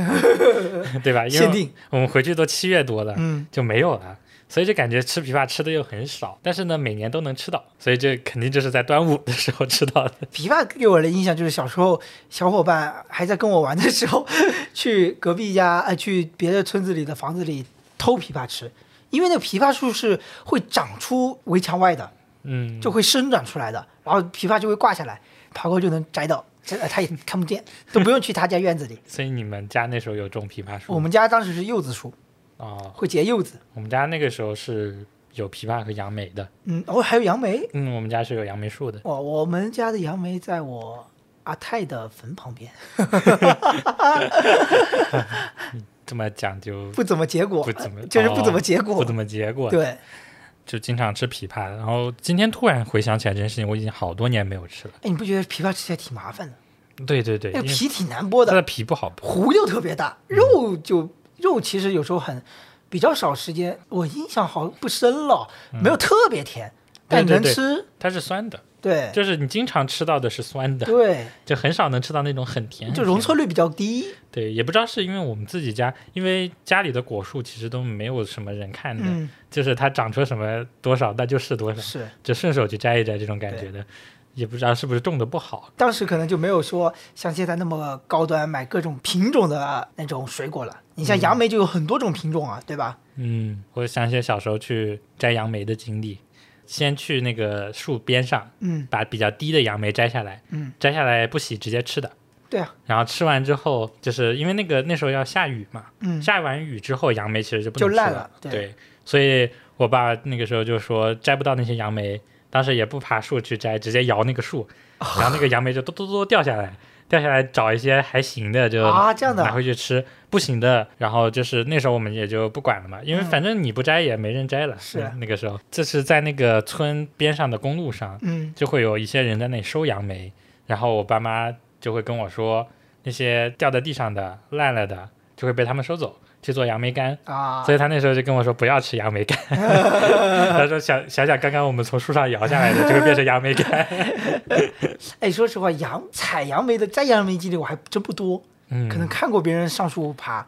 B: (laughs)
A: 对吧？因
B: 限
A: 为
B: 定，
A: 我们回去都七月多了，
B: 嗯，
A: (laughs) 就没有了。所以就感觉吃枇杷吃的又很少，但是呢，每年都能吃到，所以这肯定就是在端午的时候吃到的。 (laughs)
B: 琵琶给我的印象就是小时候小伙伴还在跟我玩的时候， (laughs) 去隔壁家，呃，去别的村子里的房子里偷枇杷吃，因为那个枇杷树是会长出围墙外的，
A: 嗯，
B: 就会生长出来的，然后枇杷就会挂下来，爬过就能摘到，这呃他也看不见， (laughs) 都不用去他家院子里。
A: 所以你们家那时候有种枇杷树
B: 我
A: 吗？
B: 们家当时是柚子树，
A: 哦，
B: 会结柚子，
A: 我们家那个时候是有枇杷和杨梅的。
B: 嗯，哦，还有杨梅。
A: 嗯，我们家是有杨梅树的。
B: 我我们家的杨梅在我阿泰的坟旁边，
A: 这么讲究
B: 不怎么结果，
A: 不怎么，
B: 就是不怎么结
A: 哦
B: 果，
A: 不怎么结果，
B: 对，哎
A: 就经常吃枇杷。然后今天突然回想起来这件事情，我已经好多年没有吃了。
B: 哎，你不觉得枇杷吃起来挺麻烦的？
A: 对对对，
B: 那个
A: 因为
B: 皮挺难剥
A: 它
B: 的，
A: 的皮不好剥。
B: 糊又特别大，肉就肉其实有时候很比较少时间，我印象好像不深了，没有特别甜，
A: 嗯对
B: 但
A: 对
B: 能
A: 对
B: 吃，
A: 它是酸的，
B: 对
A: 就是你经常吃到的是酸的，
B: 对，
A: 就很少能吃到那种很甜。
B: 就
A: 很
B: 容
A: 甜
B: 错率比较低，
A: 对，也不知道是因为我们自己家，因为家里的果树其实都没有什么人看的，
B: 嗯，
A: 就是它长出什么多少那就是多少，
B: 是。
A: 就顺手去摘一摘这种感觉的，也不知道是不是种的不好。
B: 当时可能就没有说像现在那么高端买各种品种的那种水果了。你像杨梅就有很多种品种啊，对吧？
A: 嗯，我想起小时候去摘杨梅的经历，先去那个树边上
B: 嗯，
A: 把比较低的杨梅摘下来，
B: 嗯，
A: 摘下来不洗直接吃的，
B: 对啊，
A: 然后吃完之后，就是因为那个那时候要下雨嘛，
B: 嗯
A: 下完雨之后杨梅其实就不能
B: 就
A: 吃
B: 烂了对
A: 对所以我爸那个时候就说摘不到那些杨梅，当时也不爬树去摘，直接摇那个
B: (laughs)
A: 树，然后那个杨梅就嘟嘟嘟掉下来，掉下来找一些还行的就
B: 啊这样的啊
A: 拿回去吃，不行的，然后就是那时候我们也就不管了嘛，因为
B: 嗯
A: 反正你不摘也没人摘了，
B: 是
A: 嗯那个时候，这是在那个村边上的公路上，
B: 嗯，
A: 就会有一些人在那里收杨梅，然后我爸妈就会跟我说，那些掉在地上的、烂了的，就会被他们收走去做杨梅干。
B: 啊，
A: 所以他那时候就跟我说不要吃杨梅
B: (laughs)
A: 干，他说想想想刚刚我们从树上摇下来的就会变成杨梅
B: (laughs)
A: 干，
B: 哎，说实话，杨采杨梅的摘杨梅经历我还真不多，
A: 嗯，
B: 可能看过别人上树爬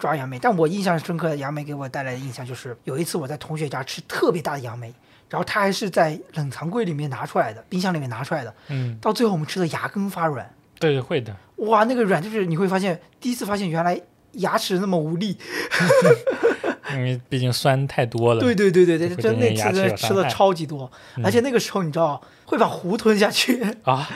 B: 抓杨梅，但我印象深刻的杨梅给我带来的印象就是，有一次我在同学家吃特别大的杨梅，然后他还是在冷藏柜里面拿出来的，冰箱里面拿出来的，
A: 嗯，
B: 到最后我们吃的牙根发软，
A: 对会的，
B: 哇，那个软就是你会发现，第一次发现原来牙齿那么无力。
A: 因为毕竟酸太多了，
B: 对对对对对，
A: 会
B: 真
A: 对
B: 那
A: 你
B: 次
A: 牙齿
B: 真的
A: 有
B: 吃
A: 伤
B: 了
A: 害嗯
B: 超级多，而且那个时候你知道会把糊吞下去，
A: 啊，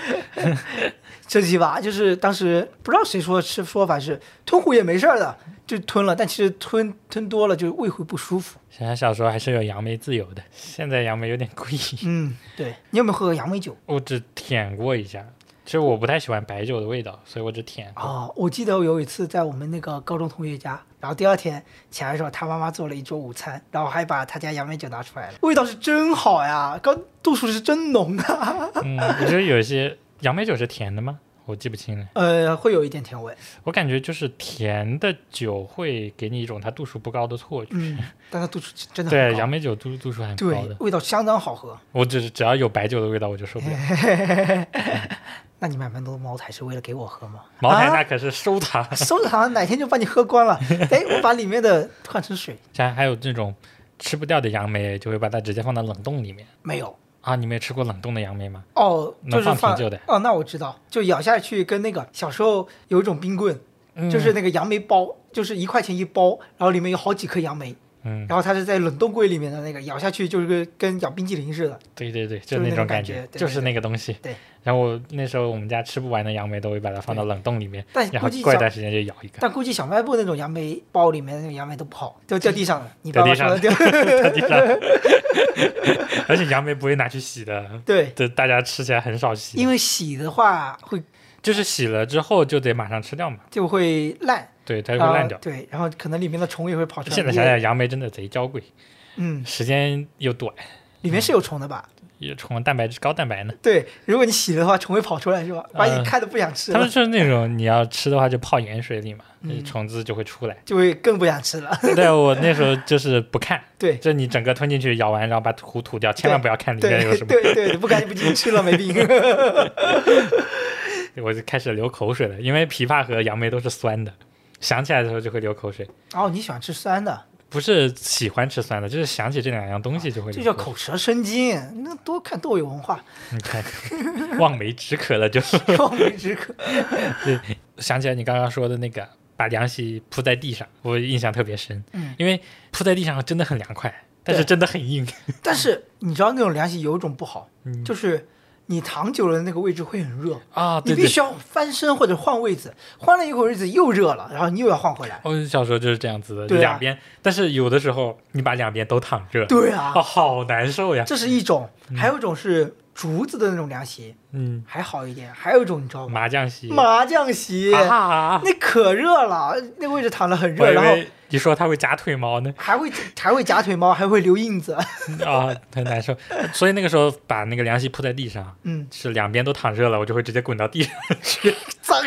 B: 这鸡巴就是当时不知道谁说是说法是吞糊也没事儿的，就吞了，但其实吞吞多了就胃会不舒服。
A: 想想小时候还是有杨梅自由的，现在杨梅有点贵，
B: 嗯，对你有没有喝过杨梅酒？
A: 我只舔过一下，其实我不太喜欢白酒的味道，所以我只舔过，
B: 哦，我记得有一次在我们那个高中同学家，然后第二天起来的时候，他妈妈做了一桌午餐，然后还把他家杨梅酒拿出来了，味道是真好呀，高度数是真浓啊，
A: 嗯，我觉得有一些杨梅酒是甜的吗？我记不清了。
B: 呃，会有一点甜味，
A: 我感觉就是甜的酒会给你一种它度数不高的错觉。
B: 嗯，但它度数真的很
A: 对，
B: 高
A: 杨梅酒度度数很高
B: 对
A: 的，，
B: 味道相当好喝。 (laughs)
A: 我只是只要有白酒的味道我就受不了。
B: 那你买那么多茅台是为了给我喝吗？
A: 茅台
B: 啊、
A: 那可是收藏，
B: 收藏哪天就把你喝光了。哎，我把里面的换成水，
A: (laughs) 像还有这种吃不掉的杨梅，就会把它直接放到冷冻里面
B: 没有。
A: 啊。你没有吃过冷冻的杨梅吗？
B: 哦，就
A: 能
B: 是
A: 放啤酒的
B: 哦，那我知道，就咬下去跟那个小时候有一种冰棍，
A: 嗯
B: 就是那个杨梅包，就是一块钱一包，然后里面有好几颗杨梅，
A: 嗯，
B: 然后它是在冷冻柜里面的那个，咬下去就是跟跟咬冰激凌似的。
A: 对对对，
B: 就是
A: 那
B: 那
A: 种
B: 种感
A: 觉
B: 觉，对
A: 就是
B: 对
A: 那个东西。
B: 对。
A: 然后我那时候我们家吃不完的杨梅都会把它放到冷冻里面，
B: 但
A: 然
B: 估
A: 后
B: 计
A: 过一
B: 小
A: 段时间就咬一个， (laughs)
B: 但估计小卖部那种杨梅包里面的那种杨梅都不好，就掉地上了。你爸
A: 掉
B: 爸
A: 地
B: 说
A: 上
B: 的
A: 了掉
B: (laughs) 掉，
A: 地上了。 (laughs) 而且杨梅不会拿去洗的，
B: 对，
A: 对，大家吃起来很少洗，
B: 因为洗的话会
A: 就是洗了之后就得马上吃掉嘛，
B: 就会烂，
A: 对，它就
B: 然
A: 会
B: 后
A: 烂掉。
B: 对，然后可能里面的虫也会跑出来。
A: 现在想想，杨梅真的贼娇贵，
B: 嗯，
A: 时间又短，
B: 里面是有虫的吧？
A: 也充蛋白质高蛋白呢。
B: 对，如果你洗的话，虫会跑出来是吧？把你
A: 嗯
B: 看的不想吃
A: 他们
B: 了，
A: 就是那种你要吃的话就泡盐水里嘛，
B: 啊嗯。
A: 虫子就会出来
B: 就会更不想吃了。
A: 对，啊我那时候就是不看，
B: 对
A: 就你整个吞进去咬完，然后把土吐掉，千万不要看里
B: 对
A: 面有什么。
B: 对对，不干净不净吃了没
A: (laughs)
B: 病。
A: 我就开始流口水了，因为枇杷和杨梅都是酸的，想起来的时候就会流口水。
B: 哦，你喜欢吃酸的，
A: 不是喜欢吃酸的，就是想起这两样东西就会
B: 啊这
A: 流
B: 叫
A: 口水。
B: 口舌生津。那多看多有文化，
A: 你看， (laughs) 望梅止渴了，就是
B: 望梅止渴。
A: 对，想起来你刚刚说的那个，把凉席铺在地上，我印象特别深。
B: 嗯，
A: 因为铺在地上真的很凉快，但是
B: 对
A: 真的很硬。
B: 但是你知道那种凉席有一种不好，
A: 嗯
B: 就是你躺久了那个位置会很热。
A: 啊，对
B: 你必
A: 对。
B: 须要翻身或者换位置，换了一会儿位置又热了，然后你又要换回来。
A: 我小时候就是这样子的，
B: 对啊
A: 两边，但是有的时候你把两边都躺热，哦
B: 对啊，
A: 哦，好难受呀。
B: 这是一种，还有一种是竹子的那种凉席
A: 嗯，
B: 还好一点，还有一种你知道吗？
A: 麻将席，
B: 麻将席，
A: 啊，
B: 那可热了，那位置躺着很
A: 我
B: 热，
A: 以
B: 然后
A: 为你说它会夹腿毛呢，
B: 还会还会夹腿毛，还会留印子。
A: 啊，很难受。所以那个时候把那个凉席铺在地上，
B: 嗯，
A: 是两边都躺热了，我就会直接滚到地上去。
B: 脏
A: (laughs)
B: 啊！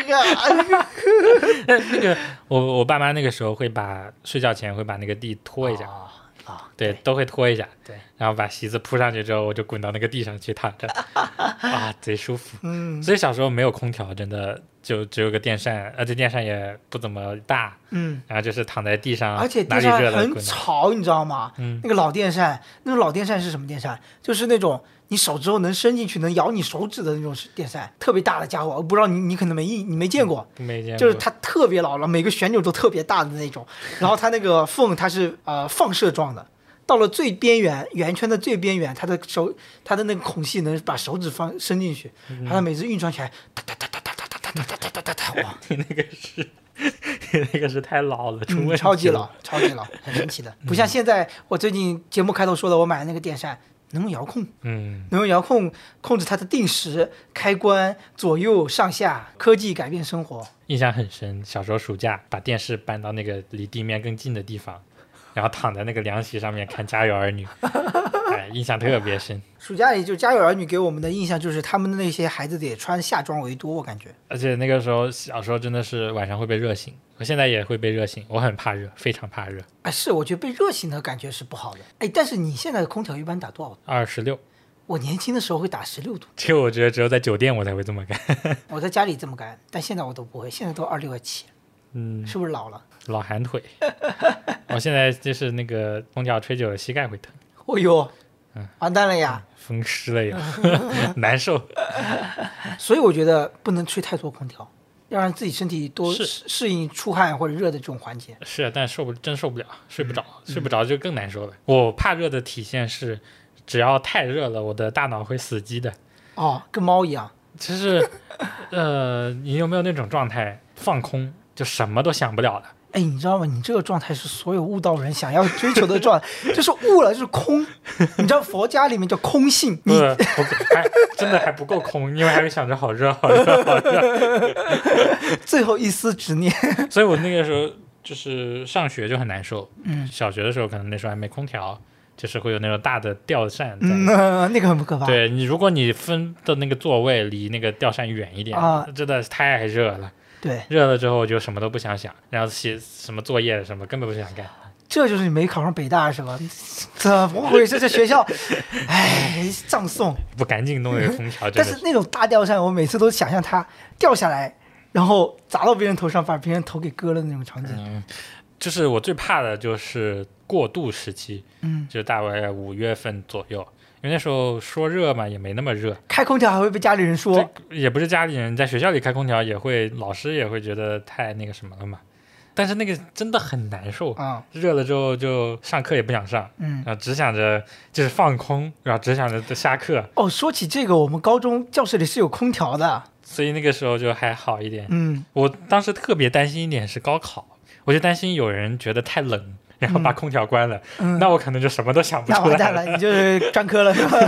A: 那个我我爸妈那个时候会把睡觉前会把那个地拖一下，
B: 啊啊，
A: 对，都会拖一下，
B: 对，
A: 然后把席子铺上去之后，我就滚到那个地上去
B: (laughs)
A: 躺着，啊，贼舒服。
B: 嗯
A: 所以小时候没有空调，真的就只有个电扇，而且电扇也不怎么大，
B: 嗯，
A: 然后就是躺在地上，
B: 而且
A: 啊哪
B: 电
A: 里
B: 扇
A: 热了
B: 很
A: 滚哪里。
B: 吵，你知道吗？
A: 嗯
B: 那个老电扇，那种老电扇是什么电扇？就是那种你手之后能伸进去，能咬你手指的那种电扇，特别大的家伙。我不知道你你可能没印，你没见过。
A: 没见过，
B: 就是它特别老了，每个旋钮都特别大的那种，然后它那个缝它是呃放射状的，到了最边缘圆圈的最边缘，它的手它的那个孔隙能把手指放伸进去，
A: 嗯
B: 然后它每次运转起来，哒哒哒哒哒哒哒哒哒哒哒哒哒，哇，
A: 你那个是，
B: (laughs)
A: 你那个是太老 (laughs) 了，出嗯问题、
B: 嗯，超级老。，超级老，很神奇的，不像现在我最近节目开头说的，我买的那个电扇能用遥控，
A: 嗯，
B: 能用遥控控制它的定时、开关、左右、上下，科技改变生活。
A: 印象很深。小时候暑假把电视搬到那个离地面更近的地方，然后躺在那个凉席上面看《家有儿女》，哎，印象特别深。
B: 暑假里就《家有儿女》给我们的印象就是他们的那些孩子得穿夏装为多，我感觉。
A: 而且那个时候小时候真的是晚上会被热醒，我现在也会被热醒，我很怕热，非常怕热。
B: 哎，是，我觉得被热醒的感觉是不好的。哎，但是你现在的空调一般打多少度？
A: 二十六，
B: 我年轻的时候会打十六度，
A: 这个我觉得只有在酒店我才会这么干。
B: 我在家里这么干，但现在我都不会，现在都二六二七，
A: 嗯，
B: 是不是老了？
A: 老寒腿，我现在就是那个空调吹久了膝盖会疼，
B: 哦呦，
A: 嗯
B: 完蛋了呀！
A: 风湿了也难受。嗯
B: 所以我觉得不能吹太多空调，要让自己身体多
A: 是
B: 适适应出汗或者热的这种环节。
A: 是啊，但受不真受不了，睡不着，
B: 嗯
A: 睡不着就更难受了。我怕热的体现是，只要太热了，我的大脑会死机的。
B: 哦，跟猫一样，
A: 就是，呃，你有没有那种状态，放空就什么都想不了了？
B: 哎，你知道吗？你这个状态是所有悟道人想要追求的状态，就是悟了就是空。你知道佛家里面叫空性，
A: 不
B: 你
A: 是，我还真的还不够空，因为还会想着好热好热好热。
B: 最后一丝执念。
A: 所以我那个时候就是上学就很难受，
B: 嗯
A: 小学的时候可能那时候还没空调，就是会有那种大的吊扇在
B: 嗯， (laughs) 那那个很不可怕。
A: 对你，如果你分的那个座位离那个吊扇远一点，
B: 啊
A: 真的是太热了。
B: 对
A: 热了之后我就什么都不想想，然后写什么作业什么根本不想干。
B: 这就是你没考上北大是吧？怎么回事？这学校，哎，葬送。
A: 不赶紧弄一个空调，真的
B: 但是
A: 是
B: 那种大吊扇，我每次都想象它掉下来，然后砸到别人头上，把别人头给割了那种场景。
A: 嗯，就是我最怕的就是过渡时期，
B: 嗯，
A: 就大概五月份左右，因为那时候说热嘛也没那么热，
B: 开空调还会被家里人说，
A: 这也不是家里人，在学校里开空调也会，老师也会觉得太那个什么了嘛。但是那个真的很难受，
B: 啊，
A: 热了之后就上课也不想上，
B: 嗯。
A: 啊，只想着就是放空，然后只想着下课，
B: 哦，说起这个，我们高中教室里是有空调的。
A: 所以那个时候就还好一点。
B: 嗯，
A: 我当时特别担心一点是高考，我就担心有人觉得太冷，然后把空调关了，
B: 嗯
A: 那我可能就什么都想不
B: 那
A: 出
B: 完
A: 来
B: 蛋 (laughs) 了，你就是专科了是吧？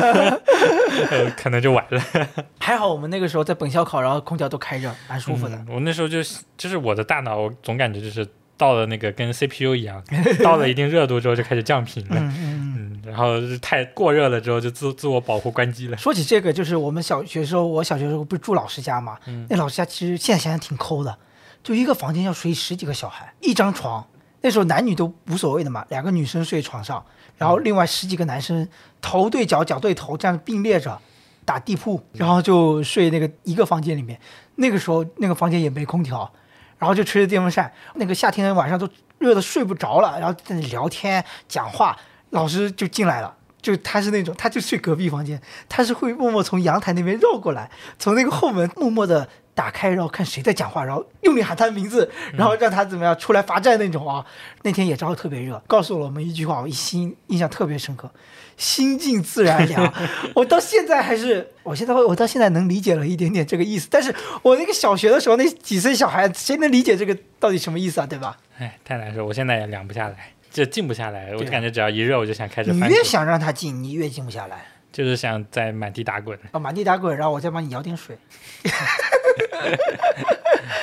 A: 呃，可能就完了。
B: (laughs) 还好我们那个时候在本校考，然后空调都开着，蛮舒服的。
A: 嗯我那时候就就是我的大脑，我总感觉就是到了那个跟 CPU 一样，到了一定热度之后就开始降频了。
B: 嗯嗯嗯。
A: 嗯，然后就是太过热了之后就自自我保护关机了。
B: 说起这个，就是我们小学时候，我小学时候不是住老师家嘛？那老师家其实现在想想挺抠的，就一个房间要睡十几个小孩，一张床。那时候男女都无所谓的嘛，两个女生睡床上，然后另外十几个男生头对脚，脚对头这样并列着打地铺，然后就睡那个一个房间里面。那个时候那个房间也没空调，然后就吹着电风扇，那个夏天晚上都热的睡不着了，然后在那里聊天讲话，老师就进来了。就他是那种，他就睡隔壁房间，他是会默默从阳台那边绕过来，从那个后门默默的打开，然后看谁在讲话，然后用力喊他的名字，然后让他怎么样出来罚站那种啊。那天也正好特别热，告诉了我们一句话，我一心印象特别深刻：心静自然凉。我到现在还是，我现在会我到现在能理解了一点点这个意思，但是我那个小学的时候那几岁小孩，谁能理解这个到底什么意思啊？对吧？
A: 哎，太难受，我现在也凉不下来，就静不下来。我
B: 对啊
A: 就感觉只要一热，我就想开始
B: 你
A: 翻
B: 越
A: 滚。
B: 想让他静，你越静不下来。
A: 就是想在满地打滚。
B: 啊，满地打滚，然后我再帮你舀点水。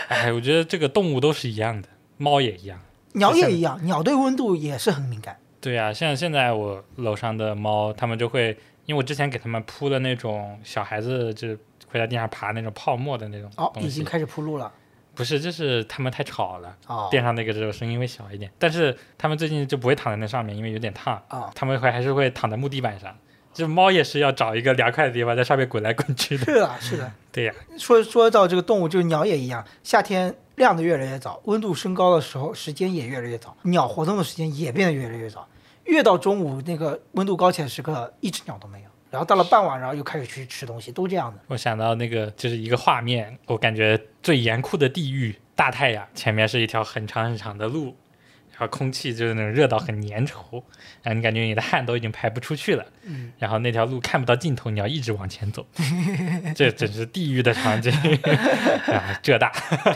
A: 哎，我觉得这个动物都是一样的，猫也一样。
B: 鸟也
A: 像
B: 一样，鸟对温度也是很敏感。
A: 对呀、像现在我楼上的猫，它们就会，因为我之前给它们铺的那种小孩子就会在地上爬那种泡沫的那种
B: 哦，
A: 东
B: 已
A: 西，
B: 经开始铺路了。
A: 不是，就是它们太吵了，
B: 哦，
A: 垫上那个只有声音会小一点。但是它们最近就不会躺在那上面，因为有点烫，
B: 啊，
A: 它们会还是会躺在木地板上。就是猫也是要找一个凉快的地方，在上面滚来滚去的。
B: 是的，是的。
A: 对呀、
B: 说说到这个动物，就是鸟也一样，夏天亮的越来越早，温度升高的时候时间也越来越早，鸟活动的时间也变得越来越早，越到中午那个温度高起来的时刻，一只鸟都没有。然后到了傍晚，然后又开始去吃东西，都这样的。
A: 我想到那个就是一个画面，我感觉最严酷的地狱，大太阳前面是一条很长很长的路，然后空气就是那种热到很粘稠，然后你感觉你的汗都已经排不出去了，
B: 嗯，
A: 然后那条路看不到尽头，你要一直往前走，这真是地狱的场景 (laughs) 啊！浙大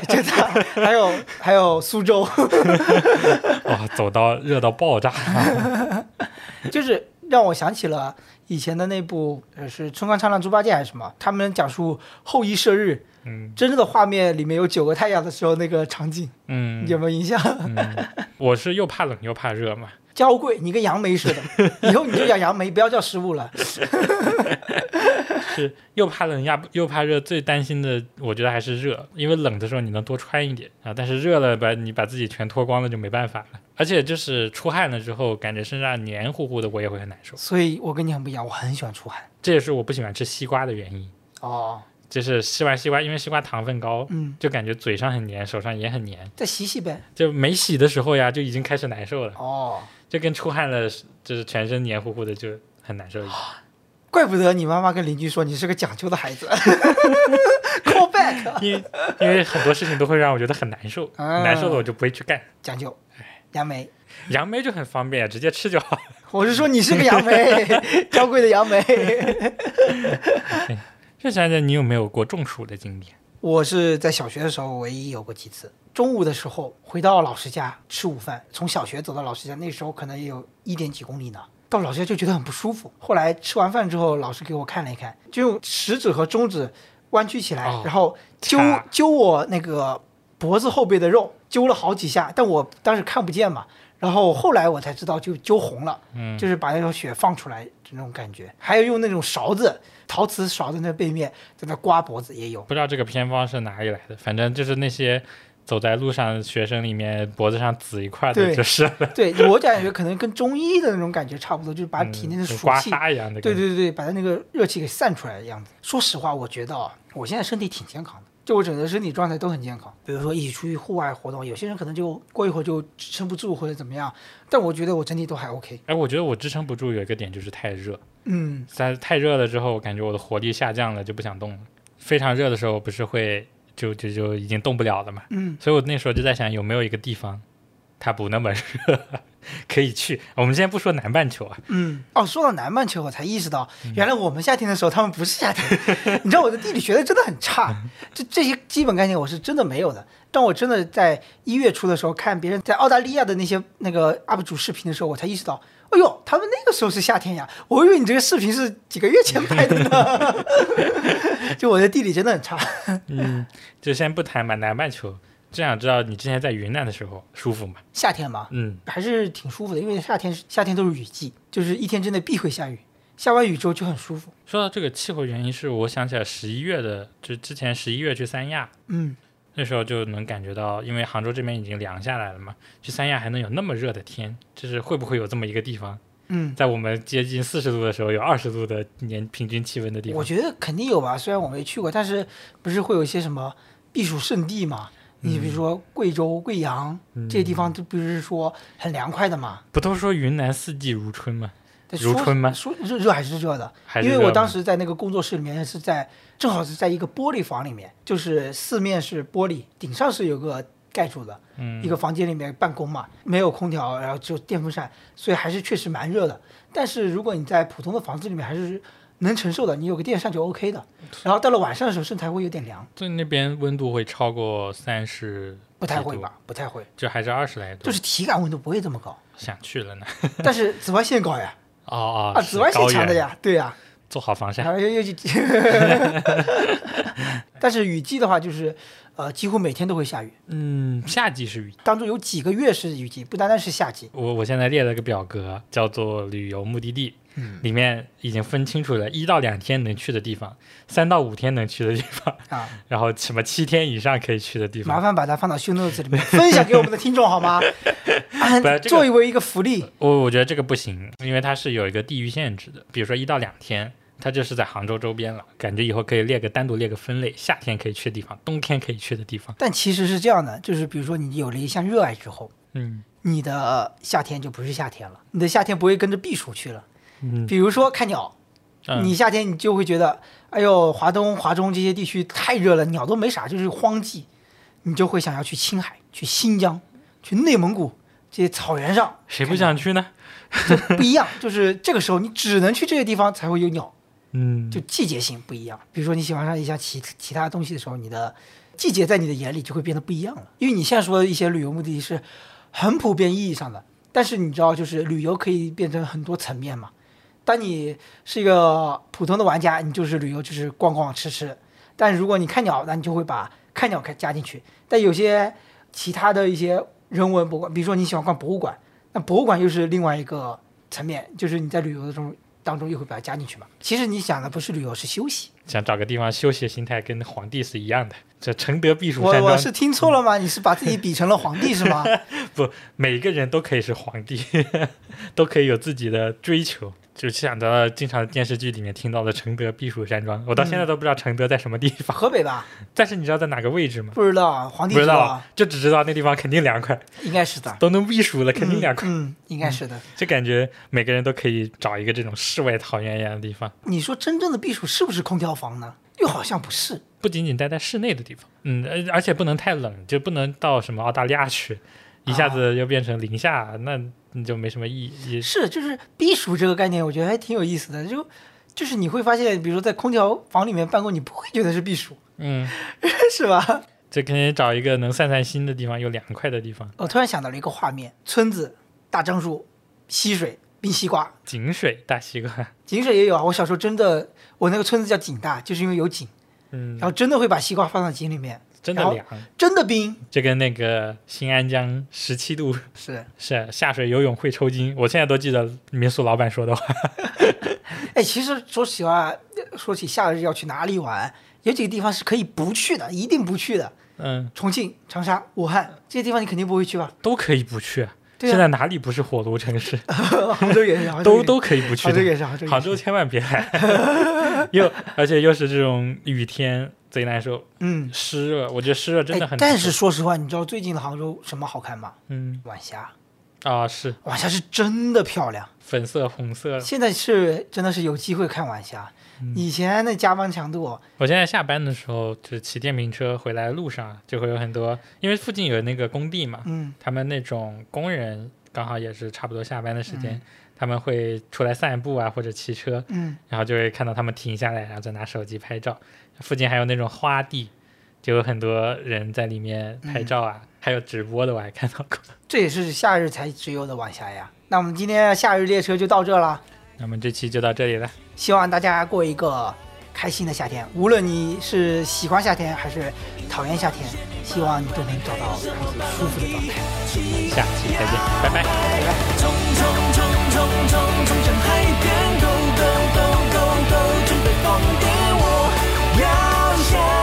B: 真的。还有还有苏州， (laughs)
A: 哇、走到热到爆炸，
B: 就是让我想起了以前的那部，呃，是《春光灿烂猪八戒》还是什么？他们讲述后羿射日
A: 嗯
B: 真正的画面里面有九个太阳的时候那个场景，
A: 嗯
B: 你有没有印象？
A: 嗯，我是又怕冷又怕热嘛，
B: 娇贵，你跟杨梅似的， (laughs) 以后你就叫杨梅，不要叫师傅了。
A: 是又怕冷呀又怕热，最担心的我觉得还是热，因为冷的时候你能多穿一点啊，但是热了把你把自己全脱光了就没办法了。而且就是出汗了之后，感觉身上黏糊糊的，我也会很难受。
B: 所以我跟你很不一样，我很喜欢出汗。
A: 这也是我不喜欢吃西瓜的原因，
B: 哦，
A: 就是吃完西瓜，因为西瓜糖分高，
B: 嗯，
A: 就感觉嘴上很黏，手上也很黏，
B: 再洗洗呗。
A: 就没洗的时候呀，就已经开始难受了，
B: 哦，
A: 就跟出汗了，就是全身黏糊糊的就很难受一样。
B: 怪不得你妈妈跟邻居说你是个讲究的 (laughs) 孩子。Call back，
A: 因为因为很多事情都会让我觉得很难受，
B: 啊
A: 难受了我就不会去干。
B: 讲究。杨梅，
A: 杨梅就很方便，直接吃就好。 (laughs)
B: 我是说你是个杨梅， (laughs) 娇贵的杨梅。
A: 这想想你有没有过中暑的经历？
B: 我是在小学的时候唯一有过几次，中午的时候回到老师家吃午饭，从小学走到老师家，那时候可能也有一点几公里呢。到老师家就觉得很不舒服。后来吃完饭之后，老师给我看了一看，就用食指和中指弯曲起来，
A: 哦
B: 然后揪
A: 掐
B: 揪我那个脖子后背的肉，揪了好几下，但我当时看不见嘛。然后后来我才知道，就揪红了，
A: 嗯
B: 就是把那种血放出来那种感觉。还有用那种勺子，陶瓷勺子那背面在那刮脖子也有。
A: 不知道这个偏方是哪里来的，反正就是那些走在路上的学生里面脖子上紫一块的，
B: 对
A: 就是
B: 对我感觉可能跟中医的那种感觉差不多，就是把体内的
A: 嗯跟
B: 暑
A: 刮
B: 气，
A: 痧一样的
B: 对
A: 感觉。
B: 对对，把它那个热气给散出来的样子。说实话，我觉得啊，我现在身体挺健康的，就我整个身体状态都很健康。比如说一起出去户外活动，有些人可能就过一会儿就支撑不住或者怎么样，但我觉得我整体都还 OK。
A: 哎，我觉得我支撑不住有一个点就是太热，
B: 嗯，
A: 在太热了之后，我感觉我的活力下降了，就不想动了。非常热的时候，不是会就就就已经动不了了嘛。
B: 嗯，
A: 所以我那时候就在想，有没有一个地方它不那么热， (laughs) 可以去。我们先不说南半球啊，
B: 嗯，哦，说到南半球，我才意识到，原来我们夏天的时候，他们不是夏天。你知道我的地理学的真的很差，这这些基本概念我是真的没有的。当我真的在一月初的时候看别人在澳大利亚的那些那个 UP 主视频的时候，我才意识到，哎呦，他们那个时候是夏天呀！我以为你这个视频是几个月前拍的呢。就我的地理真的很差。
A: 嗯， (laughs) 就先不谈吧，南半球。就想知道你之前在云南的时候舒服吗？
B: 夏天嘛，
A: 嗯，
B: 还是挺舒服的，因为夏天是夏天都是雨季，就是一天之内必会下雨，下完雨之后就很舒服。
A: 说到这个气候原因，是我想起来十一月的，就之前十一月去三亚，
B: 嗯，
A: 那时候就能感觉到，因为杭州这边已经凉下来了嘛，去三亚还能有那么热的天，就是会不会有这么一个地方，
B: 嗯，
A: 在我们接近四十度的时候有二十度的年平均气温的地
B: 我
A: 方？
B: 觉得肯定有吧，虽然我没去过，但是不是会有一些什么避暑胜地嘛？你
A: 嗯
B: 比如说贵州、贵阳、这些地方，都不是说很凉快的嘛？
A: 不都说云南四季如春吗？
B: 但
A: 如
B: 说
A: 春吗
B: 说热热还是热的，
A: 还是
B: 因为
A: 热
B: 我
A: 吗
B: 当时在那个工作室里面是在正好是在一个玻璃房里面，就是四面是玻璃，顶上是有个盖住的，
A: 嗯
B: 一个房间里面办公嘛，没有空调，然后只有电风扇，所以还是确实蛮热的。但是如果你在普通的房子里面，还是能承受的，你有个电扇就 OK 的。然后到了晚上的时候，甚至还会有点凉，
A: 在那边温度会超过三十，
B: 不太会？吧？不太会，
A: 就还是二十来度，
B: 就是体感温度不会这么高。
A: 想去了呢。
B: 但是紫外线高呀，
A: 哦哦，
B: 啊，
A: 是
B: 紫外线
A: 高
B: 强的
A: 原
B: 呀，对呀，
A: 做好防晒。
B: 然后又又去， (laughs) 但是雨季的话，就是呃，几乎每天都会下雨。
A: 嗯，夏季是雨季。
B: 当中有几个月是雨季，不单单是夏季。
A: 我我现在列了个表格，叫做旅游目的地，
B: 嗯
A: 里面已经分清楚了一到两天能去的地方，三到五天能去的地方， (laughs)
B: 啊，
A: 然后什么七天以上可以去的地
B: 麻
A: 方。
B: 烦把它放到 show notes 里面 (laughs) 分享给我们的听众
A: (laughs)
B: 好吗？啊
A: 不是这个
B: 作为一个福利，
A: 我我觉得这个不行，因为它是有一个地域限制的，比如说一到两天。它就是在杭州周边了，感觉以后可以列个单独列个分类，夏天可以去的地方，冬天可以去的地方。
B: 但其实是这样的，就是比如说你有了一项热爱之后，
A: 嗯
B: 你的夏天就不是夏天了，你的夏天不会跟着避暑去了。
A: 嗯，
B: 比如说看鸟，
A: 嗯
B: 你夏天你就会觉得，哎呦，华东、华中这些地区太热了，鸟都没啥，就是荒季，你就会想要去青海、去新疆、去内蒙古这些草原上，
A: 谁不想去呢？
B: 不一样。就是这个时候你只能去这些地方才会有鸟，
A: 嗯，
B: 就季节性不一样。比如说你喜欢上一项其其他东西的时候，你的季节在你的眼里就会变得不一样了。因为你现在说的一些旅游目的地是很普遍意义上的，但是你知道，就是旅游可以变成很多层面嘛。当你是一个普通的玩家，你就是旅游就是逛逛吃吃；但如果你看鸟，那你就会把看鸟看加进去。但有些其他的一些人文博物馆，比如说你喜欢逛博物馆，那博物馆又是另外一个层面，就是你在旅游的中当中又会把它加进去嘛。其实你想的不是旅游，是休息。
A: 想找个地方休息的心态跟皇帝是一样的。这承德避暑
B: 我
A: 山
B: 我
A: 庄，
B: 是听错了吗？你是把自己比成了皇帝是
A: (laughs)
B: 吗？
A: 每个人都可以是皇帝， (laughs) 都可以有自己的追求。就想到了经常电视剧里面听到的承德避暑山庄，我到现在都不知道承德在什么地方，
B: 河北吧？
A: 但是你知道在哪个位置吗？
B: 不知道啊，嗯皇帝
A: 不知
B: 道
A: 道
B: 啊，，
A: 就只知道那地方肯定凉快，
B: 应该是的，
A: 都能避暑了，肯定凉快。
B: 嗯，嗯应该是的。
A: 就感觉每个人都可以找一个这种世外桃源一样的地方，
B: 你说真正的避暑是不是空调房呢？又好像不是。
A: 不仅仅待在室内的地方，嗯，而而且不能太冷，就不能到什么澳大利亚
B: 啊
A: 去，一下子又变成零下，那你就没什么意义。
B: 是，就是避暑这个概念，我觉得还挺有意思的。就就是你会发现，比如说在空调房里面办公，你不会觉得是避暑， (laughs)
A: 嗯，
B: 是吧？
A: 就肯定找一个能散散心的地方，又凉快的地方。
B: 我突然想到了一个画面：村子、大樟树、溪水、冰西瓜，
A: 井水大西瓜，
B: 井水也有啊。我小时候真的，我那个村子叫井大，就是因为有井，
A: 嗯
B: 然，后真的会把西瓜放到井里面，
A: 真的
B: 然后
A: 凉，
B: 真的冰。
A: 就跟那个新安江十七度
B: 是，
A: 是啊下水游泳会抽筋，我现在都记得民宿老板说的话。
B: 哎，其实说实话，说起夏日要去哪里玩，有几个地方是可以不去的，一定不去的。
A: 嗯，
B: 重庆、长沙、武汉这些地方你肯定不会去吧？ (laughs)
A: 都可以不去。
B: 对啊啊
A: 现在哪里不是火炉城市？
B: 杭州也是，杭州
A: 都
B: 也是
A: 都可以不去
B: 杭州啊也
A: 的。
B: 是，杭州也是
A: 杭州千万别来， (laughs) 又而且又是这种雨天，贼难受，
B: 嗯，
A: 湿热。我觉得湿热真的
B: 哎
A: 很难受。
B: 但是说实话，你知道最近的杭州什么好看吗？
A: 嗯
B: 晚霞，
A: 啊，是
B: 晚霞是真的漂亮。
A: 粉色、红色。
B: 现在是真的是有机会看晚霞，
A: 嗯
B: 以前那加班强度，哦
A: 我现在下班的时候，就是骑电瓶车回来的路上，啊就会有很多，因为附近有那个工地嘛，
B: 嗯，
A: 他们那种工人刚好也是差不多下班的时间，他们会出来散步啊，或者骑车，
B: 嗯，
A: 然后就会看到他们停下来，然后再拿手机拍照。附近还有那种花地，就有很多人在里面拍照啊，还有直播的，我还看到过。
B: 这也是夏日才只有的晚霞呀。那我们今天夏日列车就到这了，
A: 那么这期就到这里了，
B: 希望大家过一个开心的夏天。无论你是喜欢夏天还是讨厌夏天，希望你都能找到让自己舒服的状态。
A: 下期再见，拜拜。
C: 冲冲冲冲冲冲向海边，Go Go Go Go Go，准备疯癫，我要下